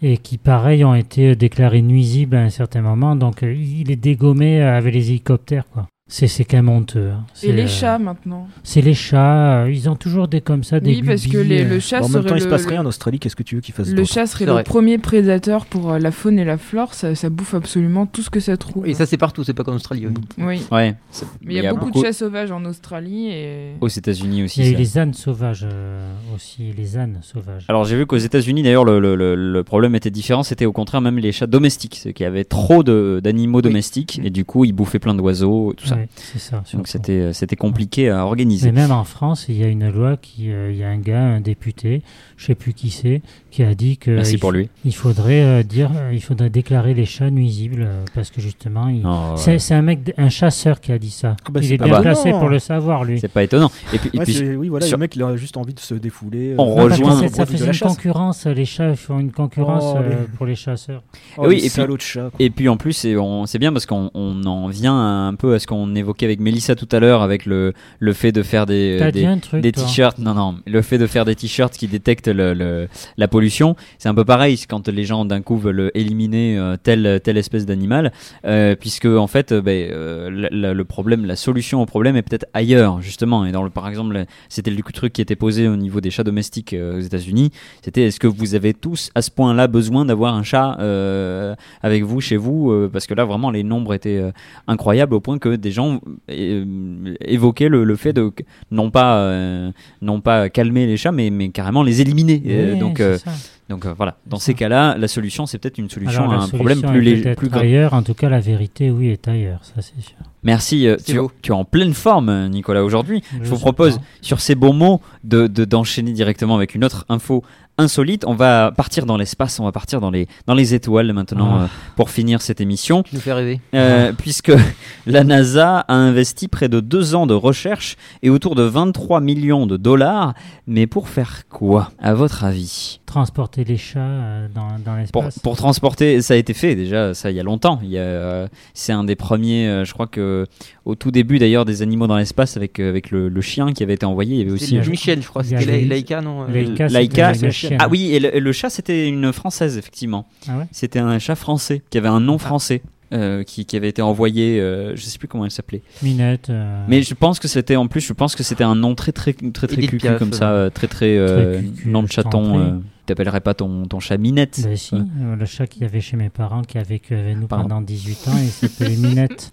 Speaker 7: Et qui, pareil, ont été déclarés nuisibles à un certain moment. Donc, euh, il est dégommé euh, avec les hélicoptères, quoi. C'est c'est quand même honteux. hein. C'est,
Speaker 10: Et les
Speaker 7: euh,
Speaker 10: chats maintenant.
Speaker 7: C'est les chats. euh, Ils ont toujours des comme ça, des
Speaker 10: Oui, parce que
Speaker 7: lubies,
Speaker 10: les-
Speaker 7: euh.
Speaker 10: le chat
Speaker 9: en même
Speaker 10: serait
Speaker 9: temps, il se passe
Speaker 10: le-
Speaker 9: rien en Australie, qu'est-ce que tu veux qu'ils fassent
Speaker 10: Le
Speaker 9: d'autre
Speaker 10: chat serait
Speaker 6: C'est
Speaker 10: le
Speaker 6: vrai.
Speaker 10: premier prédateur pour euh, la faune et la flore, ça, ça bouffe absolument tout ce que ça trouve.
Speaker 6: Et ça c'est partout, c'est pas qu'en Australie. oui.
Speaker 10: oui.
Speaker 5: Ouais. c'est-
Speaker 10: Mais il y a, beaucoup, de chats sauvages en Australie et
Speaker 5: Aux États-Unis
Speaker 7: Il y a
Speaker 5: aussi.
Speaker 7: eu
Speaker 5: ça.
Speaker 7: les ânes sauvages euh, aussi, les ânes sauvages.
Speaker 5: Alors j'ai vu qu'aux États-Unis d'ailleurs le, le- le- le problème était différent, c'était au contraire même les chats domestiques, c'est qu'il y avait trop de- d'animaux domestiques et du coup ils bouffaient plein d'oiseaux et tout ça.
Speaker 7: Ouais, c'est ça.
Speaker 5: Donc
Speaker 7: surtout.
Speaker 5: c'était euh, c'était compliqué à organiser.
Speaker 7: Mais même en France, il y a une loi qui, euh, il y a un gars, un député, je sais plus qui c'est, qui a dit que
Speaker 5: Merci
Speaker 7: euh, il,
Speaker 5: pour lui.
Speaker 7: il faudrait euh, dire, euh, il faudrait déclarer les chats nuisibles euh, parce que justement, il-
Speaker 5: Non, euh,
Speaker 7: c'est c'est un mec, d- un chasseur qui a dit ça.
Speaker 9: Ah bah,
Speaker 7: il
Speaker 9: c'est
Speaker 7: est
Speaker 9: pas
Speaker 7: bien
Speaker 5: mal.
Speaker 7: placé
Speaker 9: Non.
Speaker 7: pour le savoir lui.
Speaker 5: c'est pas étonnant. Et puis, et
Speaker 9: Ouais,
Speaker 5: puis-
Speaker 9: c'est- Oui, voilà,
Speaker 5: sur-
Speaker 9: le mec, il a juste envie de se défouler. euh,
Speaker 5: On
Speaker 7: Non, parce que
Speaker 5: rejoint-
Speaker 7: c'est-
Speaker 9: au
Speaker 7: ça
Speaker 9: profit de
Speaker 7: faisait
Speaker 9: la
Speaker 7: une
Speaker 9: chasse.
Speaker 7: concurrence. euh, Les chats font une concurrence
Speaker 9: Oh,
Speaker 7: euh,
Speaker 9: les-
Speaker 7: pour les chasseurs.
Speaker 9: Oh,
Speaker 5: Oui,
Speaker 9: les
Speaker 5: et puis-
Speaker 9: salauds de chat.
Speaker 5: Et puis en plus, c'est on- c'est bien parce qu'on on en vient un peu à ce qu'on évoquait avec Mélissa tout à l'heure, avec le, le fait de faire des,
Speaker 7: T'as
Speaker 5: des-
Speaker 7: dit un truc.
Speaker 5: des
Speaker 7: toi.
Speaker 5: t-shirts. Non, non, le fait de faire des t-shirts qui détectent le, le- la pollution, c'est un peu pareil c'est quand les gens d'un coup veulent éliminer euh, telle, telle espèce d'animal, euh, puisque en fait, euh, ben, euh, la- la- le problème, la solution au problème est peut-être ailleurs, justement. Et dans le, par exemple, la- c'était le truc qui était posé au niveau des chats domestiques euh, aux États-Unis, c'était est-ce que vous avez tous à ce point-là besoin d'avoir un chat euh, avec vous chez vous euh, Parce que là, vraiment, les nombres étaient euh, incroyables au point que des gens euh, évoquaient le, le fait de non pas euh, non pas calmer les chats, mais, mais carrément les éliminer. Euh,
Speaker 7: Ouais,
Speaker 5: donc,
Speaker 7: c'est
Speaker 5: euh,
Speaker 7: ça.
Speaker 5: Donc euh, voilà, dans ces cas-là, la solution, c'est peut-être une solution
Speaker 7: Alors,
Speaker 5: à
Speaker 7: la
Speaker 5: un
Speaker 7: solution
Speaker 5: problème plus,
Speaker 7: est
Speaker 5: léger,
Speaker 7: peut-être
Speaker 5: plus grave.
Speaker 7: ailleurs, en tout cas, la vérité, oui, est ailleurs, ça c'est sûr.
Speaker 5: Merci, euh,
Speaker 6: C'est
Speaker 5: tu,
Speaker 6: beau.
Speaker 5: tu es en pleine forme, euh, Nicolas, aujourd'hui.
Speaker 7: Je
Speaker 5: Je vous
Speaker 7: sais
Speaker 5: propose,
Speaker 7: pas.
Speaker 5: sur ces bons mots, d'enchaîner de, d'enchaîner directement avec une autre info insolite. On va partir dans l'espace, on va partir dans les, dans les étoiles maintenant
Speaker 7: Ah.
Speaker 5: euh, pour finir cette émission.
Speaker 6: Tu nous fais rêver.
Speaker 5: Euh, puisque la NASA a investi près de deux ans de recherche et autour de 23 millions de dollars. Mais pour faire quoi, à votre avis
Speaker 7: Transporter les chats euh, dans, dans
Speaker 5: pour,
Speaker 7: l'espace.
Speaker 5: pour transporter, ça a été fait déjà, ça il y a longtemps. Il y a, euh, c'est un des premiers, euh, je crois que au tout début d'ailleurs des animaux dans l'espace avec euh, avec le, le chien qui avait été envoyé. Il y avait aussi
Speaker 6: C'était Michel, je crois.
Speaker 7: Il y a
Speaker 6: C'était
Speaker 7: les-
Speaker 6: Lai- Laïka, non euh,
Speaker 7: Laïka,
Speaker 5: Laïka,
Speaker 7: c'était la chienne.
Speaker 5: ah oui, et le, et le chat, c'était une française, effectivement.
Speaker 7: Ah ouais
Speaker 5: c'était un chat français, qui avait un
Speaker 7: Ah.
Speaker 5: nom français, euh, qui, qui avait été envoyé, euh, je sais plus comment elle s'appelait.
Speaker 7: Minette. euh,
Speaker 5: Mais je pense que c'était, en plus, je pense que c'était un nom très, très, très, très
Speaker 6: Edith
Speaker 5: cucu,
Speaker 6: Piaf,
Speaker 5: comme
Speaker 6: euh,
Speaker 5: ça, euh, très, très, euh,
Speaker 7: cucu,
Speaker 5: nom de
Speaker 7: je t'en
Speaker 5: chaton.
Speaker 7: prie.
Speaker 5: euh, tu t'appellerais pas ton, ton chat Minette.
Speaker 7: bah si,
Speaker 5: Euh,
Speaker 7: euh, le chat qu'il y avait chez mes parents qui a vécu avec nous
Speaker 5: Pardon.
Speaker 7: pendant 18 ans, il s'appelait Minette.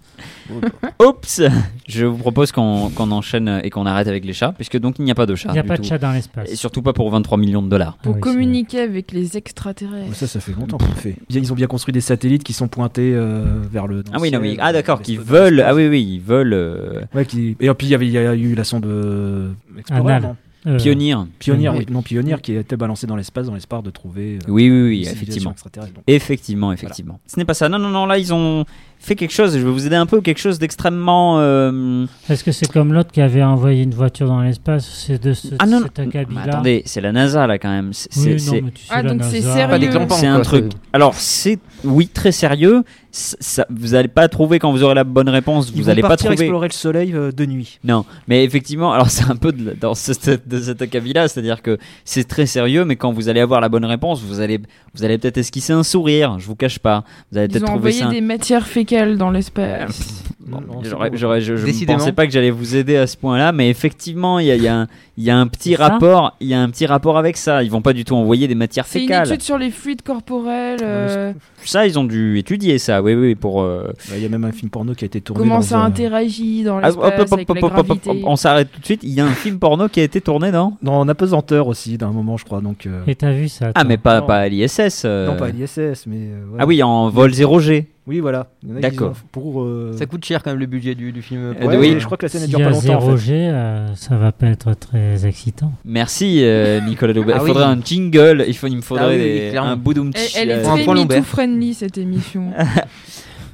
Speaker 5: Oups Je vous propose qu'on qu'on enchaîne et qu'on arrête avec les chats, puisque donc il n'y a pas de chat.
Speaker 7: Il n'y a
Speaker 5: du
Speaker 7: pas de
Speaker 5: tout.
Speaker 7: chat dans l'espace.
Speaker 5: Et surtout pas pour 23 millions de dollars.
Speaker 7: Ah
Speaker 10: Pour
Speaker 7: oui, c'est vrai.
Speaker 10: communiquer avec les
Speaker 9: Mais
Speaker 10: extraterrestres.
Speaker 9: ça, ça fait longtemps qu'on le fait. Bien, Ils ont bien construit des satellites qui sont pointés euh, vers le. dans
Speaker 5: Ah
Speaker 9: le
Speaker 5: oui, non,
Speaker 9: ciel,
Speaker 5: oui. Ah d'accord,
Speaker 9: dans
Speaker 5: qu'ils
Speaker 9: l'espace.
Speaker 5: veulent. Ah oui, oui, ils veulent. euh,
Speaker 9: Ouais, qui- Et puis, il y avait- il y a eu la sonde euh, Explorer,
Speaker 7: Anal.
Speaker 9: non
Speaker 7: Euh,
Speaker 5: Pionnier.
Speaker 9: Pionnier,
Speaker 7: Oui.
Speaker 9: oui. Non, Pionnier, qui était balancé dans l'espace dans l'espoir de trouver. euh,
Speaker 5: Oui, oui,
Speaker 9: une
Speaker 5: oui,
Speaker 9: civilisation
Speaker 5: effectivement.
Speaker 9: extraterrestre, donc.
Speaker 5: Effectivement, effectivement. Ce n'est pas ça. Non, non, non, là, ils ont fait quelque chose, je vais vous aider un peu, quelque chose d'extrêmement... euh,
Speaker 7: Est-ce que c'est comme l'autre qui avait envoyé une voiture dans l'espace C'est de ce,
Speaker 5: Ah non, non,
Speaker 7: cet acabit-là.
Speaker 5: Mais attendez, c'est la NASA, là, quand même. C'est-
Speaker 7: Oui,
Speaker 5: C'est
Speaker 7: non,
Speaker 5: c'est-
Speaker 7: mais tu sais,
Speaker 10: Ah,
Speaker 7: la
Speaker 10: donc c'est
Speaker 7: NASA,
Speaker 10: sérieux. Pas des
Speaker 7: euh,
Speaker 10: clampins.
Speaker 5: c'est un truc... Alors, c'est, oui, très sérieux. C- ça- vous n'allez pas trouver, quand vous aurez la bonne réponse,
Speaker 9: Ils
Speaker 5: vous
Speaker 9: vont
Speaker 5: n'allez pas
Speaker 9: partir
Speaker 5: trouver...
Speaker 9: explorer le soleil euh, de nuit.
Speaker 5: Non, mais effectivement, alors c'est un peu de, la- dans ce, ce- de cet acabit-là, c'est-à-dire que c'est très sérieux, mais quand vous allez avoir la bonne réponse, vous allez, vous allez peut-être esquisser un sourire, je vous cache pas. Vous allez
Speaker 10: Ils
Speaker 5: peut-être
Speaker 10: ont
Speaker 5: trouver
Speaker 10: envoyé
Speaker 5: ça.
Speaker 10: des matières fécales dans l'espace.
Speaker 5: Bon,
Speaker 9: Non, c'est
Speaker 5: j'aurais-
Speaker 9: beau.
Speaker 5: j'aurais- je ne
Speaker 6: Décidément.
Speaker 5: pensais pas que j'allais vous aider à ce point-là, mais effectivement, il y a, il y a un- il y a un petit
Speaker 7: C'est ça
Speaker 5: rapport, il y a un petit rapport avec ça. Ils vont pas du tout envoyer des matières
Speaker 10: C'est une
Speaker 5: fécales.
Speaker 10: étude sur les fluides corporels. euh,
Speaker 5: Ça, ils ont dû étudier ça. Oui, oui, pour. euh,
Speaker 9: Bah, Il y a même un film porno qui a été tourné.
Speaker 10: comment
Speaker 9: dans
Speaker 10: ça
Speaker 9: un-
Speaker 10: interagit dans
Speaker 5: Ah,
Speaker 10: l'espace
Speaker 5: hop, hop,
Speaker 10: avec
Speaker 5: hop,
Speaker 10: la
Speaker 5: hop, hop, hop,
Speaker 10: gravité.
Speaker 5: on s'arrête tout de suite. Il y a un film porno qui a été tourné, non
Speaker 9: Non, en apesanteur aussi, d'un moment, je crois. Donc, euh,
Speaker 7: Et t'as vu ça
Speaker 5: Ah,
Speaker 7: toi
Speaker 5: mais pas,
Speaker 9: Non.
Speaker 5: pas à l'ISS. euh.
Speaker 9: Non, pas à l'ISS, mais. euh, voilà.
Speaker 5: Ah oui, en vol 0G.
Speaker 9: Oui, voilà. Il y en a qui
Speaker 5: D'accord.
Speaker 9: disent, Pour. euh,
Speaker 6: Ça coûte cher quand même le budget du, du film.
Speaker 5: Euh,
Speaker 9: ouais,
Speaker 5: oui.
Speaker 9: mais Je crois que la scène ne
Speaker 7: S'il
Speaker 9: dure
Speaker 7: y
Speaker 9: pas
Speaker 7: a
Speaker 9: longtemps. en
Speaker 7: 0G,
Speaker 9: fait.
Speaker 7: euh, ça va pas être très excitant.
Speaker 5: Merci euh, Nicolas Daubert.
Speaker 6: Ah
Speaker 5: il faudrait
Speaker 6: oui.
Speaker 5: un jingle, il, faut, il me faudrait
Speaker 6: Ah oui,
Speaker 5: des-
Speaker 6: clairement.
Speaker 5: un euh, boudoum
Speaker 10: Elle, elle est
Speaker 6: Pour un
Speaker 10: très
Speaker 6: point
Speaker 10: me
Speaker 6: lombaire.
Speaker 10: too friendly cette émission. Ah,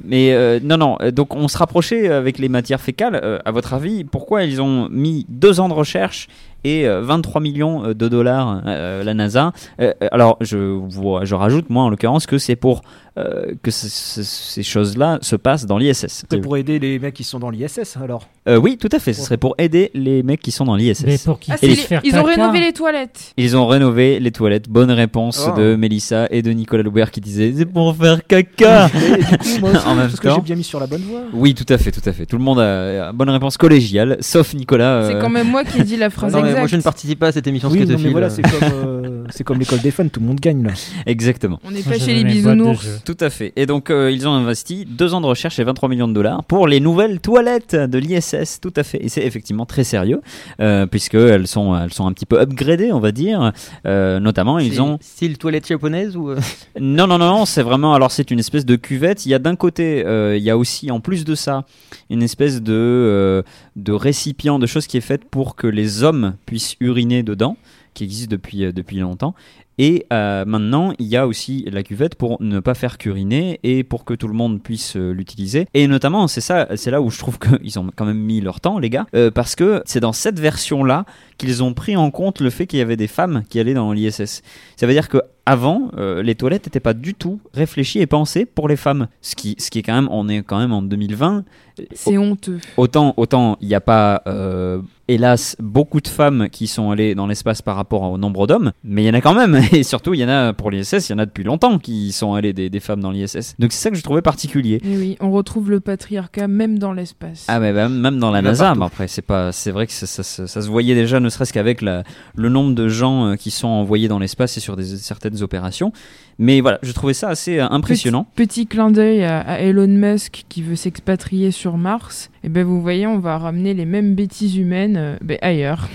Speaker 5: Mais euh, non, non, euh, donc on se rapprochait avec les matières fécales. Euh, à votre avis, pourquoi ils ont mis deux ans de recherche et euh, 23 millions euh, de dollars euh, la NASA Euh, euh, Alors, je, vous- je rajoute, moi en l'occurrence, que c'est pour euh, que ce- ce- ces choses-là se passent dans l'ISS.
Speaker 9: C'est pour aider les mecs qui sont dans l'ISS hein, alors.
Speaker 5: Euh, oui, tout à fait, ce serait pour aider les mecs qui sont dans
Speaker 7: Mais
Speaker 5: l'ISS.
Speaker 7: pour qu'ils
Speaker 10: Ah, c'est
Speaker 7: puissent
Speaker 10: les-
Speaker 7: faire
Speaker 10: Ils ont
Speaker 7: caca,
Speaker 10: rénové les toilettes.
Speaker 5: Ils ont rénové les toilettes. Bonne réponse
Speaker 6: Oh.
Speaker 5: de Mélissa et de Nicolas Loubert qui disaient C'est pour faire caca
Speaker 9: Et du coup, moi aussi,
Speaker 5: En même
Speaker 9: parce que
Speaker 5: temps.
Speaker 9: j'ai bien mis sur la bonne voie.
Speaker 5: Oui, tout à fait, tout à fait. Tout le monde a, a bonne réponse collégiale, sauf Nicolas.
Speaker 10: C'est
Speaker 5: euh,
Speaker 10: quand même moi qui ai dit la phrase
Speaker 6: Non, mais
Speaker 10: exacte.
Speaker 6: moi je ne participe pas à cette émission
Speaker 9: Oui, non,
Speaker 6: Scotophile.
Speaker 9: mais voilà, c'est comme, euh, c'est comme l'école des fans, tout le monde gagne là.
Speaker 5: Exactement.
Speaker 10: On n'est
Speaker 7: Moi,
Speaker 10: pas
Speaker 7: je
Speaker 10: chez
Speaker 7: mets
Speaker 10: les
Speaker 7: mes boîtes de
Speaker 10: bisounours.
Speaker 7: jeu.
Speaker 5: Tout à fait. Et donc, euh, ils ont investi deux ans de recherche et 23 millions de dollars pour les nouvelles toilettes de l'ISS. Tout à fait. Et c'est effectivement très sérieux, euh, puisque elles sont, elles sont un petit peu upgradées, on va dire. Euh, notamment, ils ont.
Speaker 6: Style toilette japonaise ou. euh,
Speaker 5: Non, non, non, non, c'est vraiment. Alors, c'est une espèce de cuvette. Il y a d'un côté, euh, il y a aussi, en plus de ça, une espèce de, euh, de récipient, de choses qui est faite pour que les hommes puissent uriner dedans, qui existe depuis, euh, depuis longtemps. Et euh, maintenant, il y a aussi la cuvette pour ne pas faire qu'uriner et pour que tout le monde puisse euh, l'utiliser. Et notamment, c'est ça, c'est là où je trouve qu'ils ont quand même mis leur temps, les gars, euh, parce que c'est dans cette version-là qu'ils ont pris en compte le fait qu'il y avait des femmes qui allaient dans l'ISS. Ça veut dire que avant, euh, les toilettes n'étaient pas du tout réfléchies et pensées pour les femmes. Ce qui, ce qui est quand même, on est quand même en 2020.
Speaker 10: C'est honteux.
Speaker 5: Autant, autant, il n'y a pas, euh, hélas, beaucoup de femmes qui sont allées dans l'espace par rapport au nombre d'hommes, mais il y en a quand même. Et surtout, il y en a pour l'ISS, il y en a depuis longtemps qui sont allées des, des femmes dans l'ISS. Donc c'est ça que je trouvais particulier.
Speaker 10: Et Eh oui, on retrouve le patriarcat même dans l'espace.
Speaker 5: Ah mais bah, même dans la
Speaker 6: Il va
Speaker 5: NASA,
Speaker 6: partout.
Speaker 5: mais après c'est pas, c'est vrai que ça, ça- ça- ça se voyait déjà, ne serait-ce qu'avec la- le nombre de gens euh, qui sont envoyés dans l'espace et sur des, certaines opérations. Mais voilà, je trouvais ça assez euh, impressionnant.
Speaker 10: Petit, petit clin d'œil à, à Elon Musk qui veut s'expatrier sur Mars. Et ben vous voyez, on va ramener les mêmes bêtises humaines euh, ben, ailleurs.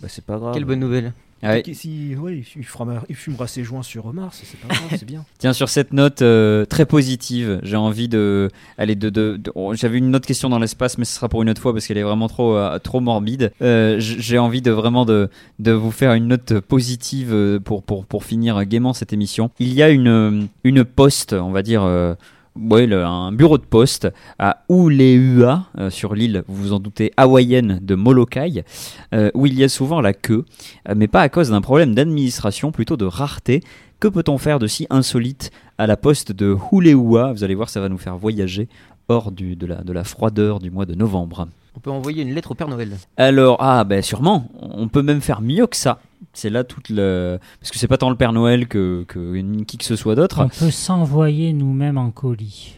Speaker 5: Bah, c'est pas grave.
Speaker 6: Quelle bonne nouvelle.
Speaker 5: Ah ouais.
Speaker 9: Peut-être qu'il- si- ouais, il, fu- il fumera, il fumera ses joints sur Mars, c'est pas grave, c'est bien.
Speaker 5: Tiens, sur cette note euh, très positive, j'ai envie de. Allez, de, de, de- oh, J'avais une autre question dans l'espace, mais ce sera pour une autre fois parce qu'elle est vraiment trop, euh, trop morbide. Euh, j- j'ai envie de vraiment de, de vous faire une note positive euh, pour, pour, pour finir gaiement cette émission. Il y a une, euh, une poste, on va dire. euh, ouais, le- un bureau de poste à Ulea, euh, sur l'île, vous vous en doutez, hawaïenne de Molokai, euh, où il y a souvent la queue, euh, mais pas à cause d'un problème d'administration, plutôt de rareté. Que peut-on faire de si insolite à la poste de Huleua Vous allez voir, ça va nous faire voyager hors du, de, la, de la froideur du mois de novembre.
Speaker 6: On peut envoyer une lettre au Père Noël.
Speaker 5: Alors, ah ben sûrement, on peut même faire mieux que ça. C'est là toute le... Parce que c'est pas tant le Père Noël que, que qui que ce soit d'autre.
Speaker 7: On peut s'envoyer nous-mêmes en colis.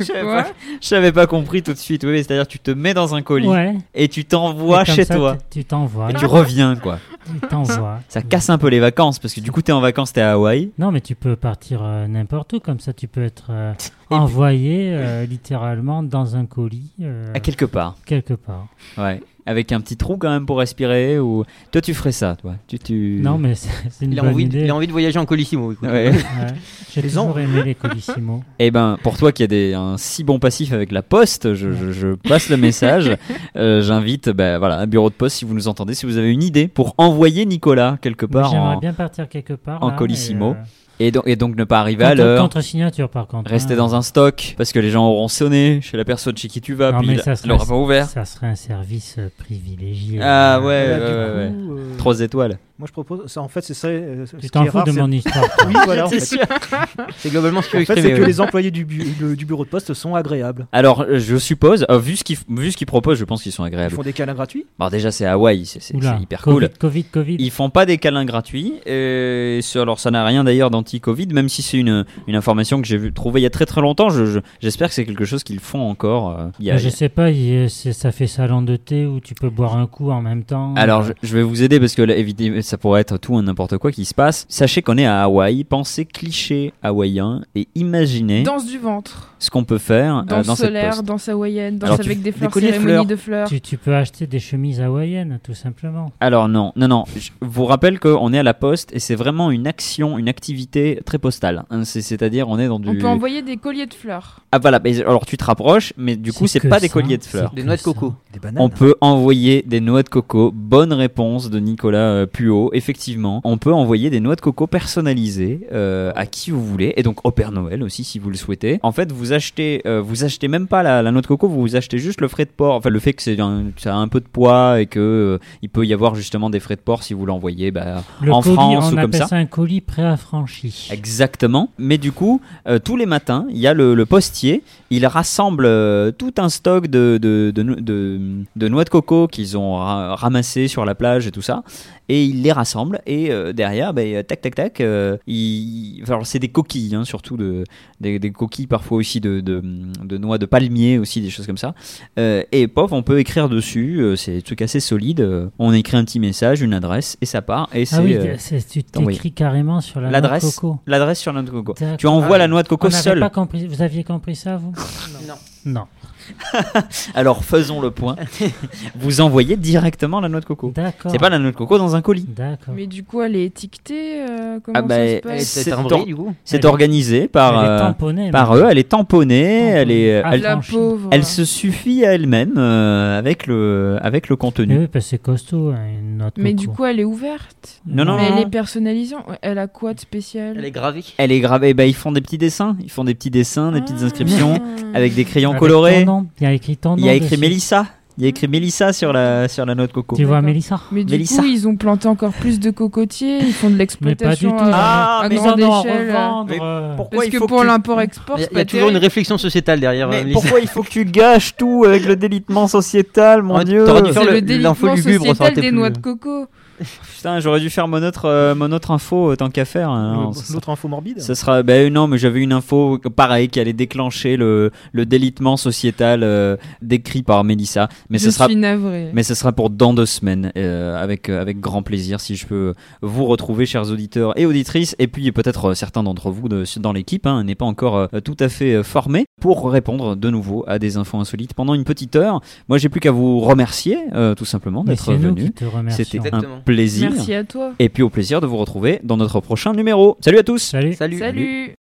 Speaker 5: J'avais
Speaker 10: Quoi
Speaker 5: pas- J'avais pas compris tout de suite. Oui, oui, c'est-à-dire tu te mets dans un colis
Speaker 7: Ouais.
Speaker 5: et tu t'envoies
Speaker 7: Et comme
Speaker 5: chez
Speaker 7: ça,
Speaker 5: toi.
Speaker 7: Tu tu t'envoies.
Speaker 5: Et tu reviens, quoi.
Speaker 7: Tu t'envoies.
Speaker 5: Ça casse un peu les vacances, parce que du coup, t'es en vacances, t'es à Hawaï.
Speaker 7: Non, mais tu peux partir euh, n'importe où, comme ça tu peux être euh, envoyé euh, littéralement dans un colis euh,
Speaker 5: À quelque part.
Speaker 7: quelque part.
Speaker 5: Ouais. Avec un petit trou quand même pour respirer ou toi tu ferais ça toi tu tu
Speaker 7: Non, mais c'est c'est une
Speaker 6: Il a,
Speaker 7: bonne
Speaker 6: envie, de-
Speaker 7: idée.
Speaker 6: il a envie de voyager en colissimo. écoute.
Speaker 5: Ouais.
Speaker 7: Ouais. J'ai toujours aimé les colissimo.
Speaker 5: Eh ben pour toi qui a des un si bon passif avec la poste je, je- je passe le message Euh, j'invite ben voilà un bureau de poste si vous nous entendez si vous avez une idée pour envoyer Nicolas quelque
Speaker 7: Mais
Speaker 5: part
Speaker 7: J'aimerais
Speaker 5: en-
Speaker 7: bien partir quelque part.
Speaker 5: en
Speaker 7: là,
Speaker 5: colissimo.
Speaker 7: et, euh,
Speaker 5: et donc et donc ne pas arriver à
Speaker 7: contre,
Speaker 5: l'heure
Speaker 7: contre signature, par contre.
Speaker 5: rester
Speaker 7: hein.
Speaker 5: dans un stock parce que les gens auront sonné chez la personne chez qui tu vas
Speaker 7: Non,
Speaker 5: puis
Speaker 7: mais
Speaker 5: il
Speaker 7: ça serait-
Speaker 5: elle aura pas ouvert
Speaker 7: Ça serait un service euh, privilégié.
Speaker 5: ah
Speaker 7: Euh,
Speaker 5: ouais, ouais,
Speaker 9: Voilà,
Speaker 5: ouais, ouais.
Speaker 9: du coup, euh,
Speaker 5: trois étoiles
Speaker 9: Moi je propose, ça en fait, c'est ça. euh, ce
Speaker 7: Tu
Speaker 9: qui
Speaker 7: t'en
Speaker 9: est
Speaker 7: fous
Speaker 9: rare,
Speaker 7: de
Speaker 9: c'est-
Speaker 7: mon histoire. toi.
Speaker 9: Oui, voilà. En fait,
Speaker 6: C'est globalement ce que
Speaker 9: En
Speaker 6: je
Speaker 9: fait,
Speaker 6: exprimais,
Speaker 9: c'est que
Speaker 6: ouais.
Speaker 9: les employés du, bu- le- du bureau de poste sont agréables.
Speaker 5: alors euh, je suppose euh, vu ce qu'ils f- vu ce qu'ils proposent je pense qu'ils sont
Speaker 9: Ils
Speaker 5: agréables
Speaker 9: font des câlins gratuits.
Speaker 5: Ah, Bon, déjà, c'est Hawaï, c'est c'est-
Speaker 7: Oula,
Speaker 5: c'est hyper
Speaker 7: Covid,
Speaker 5: cool.
Speaker 7: Covid, Covid.
Speaker 5: Ils font pas des câlins gratuits. euh, et ce- alors, ça n'a rien d'ailleurs d'anti-Covid, même si c'est une, une information que j'ai vu- trouvée il y a très très longtemps. Je- je- J'espère que c'est quelque chose qu'ils font encore. euh, il y a-
Speaker 7: Mais je sais pas, il y a- c'est- ça fait salon de thé où tu peux boire un coup en même temps.
Speaker 5: Alors, je, je vais vous aider parce que là, évidemment, ça pourrait être tout ou n'importe quoi qui se passe. Sachez qu'on est à Hawaï, pensez cliché hawaïen et imaginez
Speaker 10: Danse du ventre,
Speaker 5: ce qu'on peut faire euh,
Speaker 10: danse
Speaker 5: dans cette
Speaker 10: solaire,
Speaker 5: poste.
Speaker 10: danse hawaïenne, danse
Speaker 5: Alors, tu
Speaker 10: avec
Speaker 5: f-
Speaker 10: des fleurs,
Speaker 9: colliers de
Speaker 10: cérémonie
Speaker 9: fleurs.
Speaker 10: de fleurs.
Speaker 7: Tu, tu peux acheter des chemises hawaïennes, tout simplement.
Speaker 5: Alors non, non, non. Je vous rappelle qu'on est à la poste et c'est vraiment une action, une activité très postale. hein, c'est- C'est-à-dire on est dans du...
Speaker 10: On peut envoyer des colliers de fleurs.
Speaker 5: Ah voilà, mais alors tu te rapproches, mais du coup,
Speaker 7: C'est
Speaker 5: c'est
Speaker 7: que
Speaker 5: pas des
Speaker 7: ça,
Speaker 5: colliers de fleurs.
Speaker 7: c'est
Speaker 6: Des noix de
Speaker 7: que ça.
Speaker 6: coco.
Speaker 9: Des bananes.
Speaker 5: On peut envoyer des noix de coco. Bonne réponse de Nicolas euh, Puot. Effectivement, on peut envoyer des noix de coco personnalisées euh, à qui vous voulez, et donc au Père Noël aussi si vous le souhaitez. En fait, vous achetez, euh, vous achetez même pas la, la noix de coco, vous achetez juste le frais de port. Enfin, le fait que c'est un, ça a un peu de poids et que euh, il peut y avoir justement des frais de port si vous l'envoyez. Bah,
Speaker 7: Le
Speaker 5: En
Speaker 7: colis,
Speaker 5: France
Speaker 7: on
Speaker 5: ou comme
Speaker 7: appelle
Speaker 5: ça. Ah
Speaker 7: un colis préaffranchi.
Speaker 5: Exactement. Mais du coup, euh, tous les matins, il y a le, le postier. Il rassemble euh, tout un stock de, de, de, no- de- de noix de coco qu'ils ont ra- ramassées sur la plage et tout ça. Et il les rassemble. Et euh, derrière, ben, euh, tac, tac, tac. euh, il... enfin, alors, c'est des coquilles, hein, surtout de, des, des coquilles parfois aussi de, de, de noix de palmier, aussi des choses comme ça. Euh, et pof, on peut écrire dessus. euh, c'est des trucs assez solides. euh, on écrit un petit message, une adresse, et ça part. Et c'est
Speaker 7: Ah oui,
Speaker 5: euh,
Speaker 7: c'est- tu
Speaker 5: envoyé.
Speaker 7: t'écris carrément sur la noix de
Speaker 5: l'adresse
Speaker 7: coco.
Speaker 5: l'adresse sur la noix de coco.
Speaker 7: D'accord.
Speaker 5: Tu envoies la noix de
Speaker 7: Ah On
Speaker 5: coco
Speaker 7: n'avait
Speaker 5: seule.
Speaker 7: pas compris. Vous aviez compris ça, vous
Speaker 6: Non.
Speaker 7: Non.
Speaker 5: Alors faisons le point. Vous envoyez directement la noix de coco.
Speaker 7: D'accord.
Speaker 5: C'est pas la noix de coco dans un colis.
Speaker 7: D'accord.
Speaker 10: Mais du coup, elle est étiquetée. euh, comment
Speaker 5: Ah bah,
Speaker 10: ça se
Speaker 6: Elle
Speaker 5: elle
Speaker 10: passe
Speaker 5: C'est
Speaker 6: est
Speaker 5: ton-
Speaker 6: timbrée, du coup.
Speaker 5: C'est
Speaker 7: Elle est-
Speaker 5: organisé par,
Speaker 7: Elle est
Speaker 5: euh,
Speaker 7: tamponnée,
Speaker 5: par
Speaker 7: mais-
Speaker 5: eux, elle est tamponnée,
Speaker 7: Tamponnée.
Speaker 5: elle est,
Speaker 7: Ah,
Speaker 5: elle,
Speaker 10: La
Speaker 7: franchie.
Speaker 10: pauvre.
Speaker 5: elle se suffit à elle-même euh, avec le, avec le
Speaker 7: Mais
Speaker 5: contenu.
Speaker 7: Eh oui, parce que c'est costaud, hein, une noix de
Speaker 10: Mais
Speaker 7: coco.
Speaker 10: du coup, elle est ouverte.
Speaker 5: Non, non,
Speaker 10: Mais
Speaker 5: non,
Speaker 10: elle est
Speaker 5: non.
Speaker 10: personnalisante. Elle a quoi de spécial
Speaker 6: Elle est gravée.
Speaker 5: Elle est gravée. Bah, ils font des petits dessins, ils font des petits dessins, des petites
Speaker 10: Ah.
Speaker 5: inscriptions avec des crayons
Speaker 7: Avec
Speaker 5: colorés.
Speaker 7: ton nom. Il y a écrit ton nom.
Speaker 5: Il y a écrit
Speaker 7: dessus.
Speaker 5: Mélissa. Il y a écrit Mélissa sur la, sur la noix de coco.
Speaker 7: Tu vois
Speaker 10: D'accord.
Speaker 7: Mélissa
Speaker 10: Mais du
Speaker 5: Mélissa.
Speaker 10: coup, ils ont planté encore plus de cocotiers. Ils font de
Speaker 7: Mais pas du tout.
Speaker 10: l'exploitation.
Speaker 7: non, non.
Speaker 10: à-
Speaker 5: Ah,
Speaker 10: à
Speaker 5: mais
Speaker 10: grande
Speaker 7: ils en ont à
Speaker 10: échelle, euh,
Speaker 7: revendre,
Speaker 5: mais
Speaker 7: euh.
Speaker 5: Pourquoi
Speaker 10: Parce
Speaker 5: il
Speaker 10: que
Speaker 5: faut
Speaker 10: pour
Speaker 5: tu-
Speaker 10: l'import-export,
Speaker 6: Il y a-
Speaker 10: c'est
Speaker 6: il y
Speaker 10: pas
Speaker 6: a toujours une
Speaker 10: terrible.
Speaker 6: réflexion sociétale derrière. euh,
Speaker 5: Mais
Speaker 6: Mélissa.
Speaker 5: pourquoi il faut que tu gâches tout avec le délitement sociétal, mon
Speaker 6: Ouais,
Speaker 5: dieu
Speaker 6: t'aurais dû faire
Speaker 10: C'est
Speaker 6: le-
Speaker 10: le
Speaker 6: l'info
Speaker 10: délitement
Speaker 6: lugubre, ça aurait
Speaker 10: sociétal
Speaker 6: été
Speaker 10: des
Speaker 6: plus-
Speaker 10: noix de coco.
Speaker 5: Putain, j'aurais dû faire mon autre, euh, mon autre info euh, tant qu'à faire. hein. Non, ça,
Speaker 9: L'autre l'autre info morbide.
Speaker 5: ça sera. Ben non, mais j'avais une info que- pareil qui allait déclencher le, le délitement sociétal euh, décrit par Mélissa. Mais
Speaker 10: Je
Speaker 5: ce sera.
Speaker 10: suis navrée.
Speaker 5: Mais ce sera pour dans deux semaines, euh, avec, euh, avec grand plaisir, si je peux vous retrouver, chers auditeurs et auditrices, et puis peut-être euh, certains d'entre vous de- dans l'équipe, hein, n'est pas encore euh, tout à fait euh, formé, pour répondre de nouveau à des infos insolites pendant une petite heure. Moi, j'ai plus qu'à vous remercier, euh, tout simplement,
Speaker 7: Mais
Speaker 5: d'être
Speaker 7: c'est nous
Speaker 5: venu.
Speaker 7: qui te remercions.
Speaker 5: C'était un
Speaker 6: Exactement.
Speaker 5: plaisir.
Speaker 10: Merci à toi.
Speaker 5: Et puis au plaisir de vous retrouver dans notre prochain numéro. Salut à tous
Speaker 7: Salut.
Speaker 6: Salut.
Speaker 10: Salut.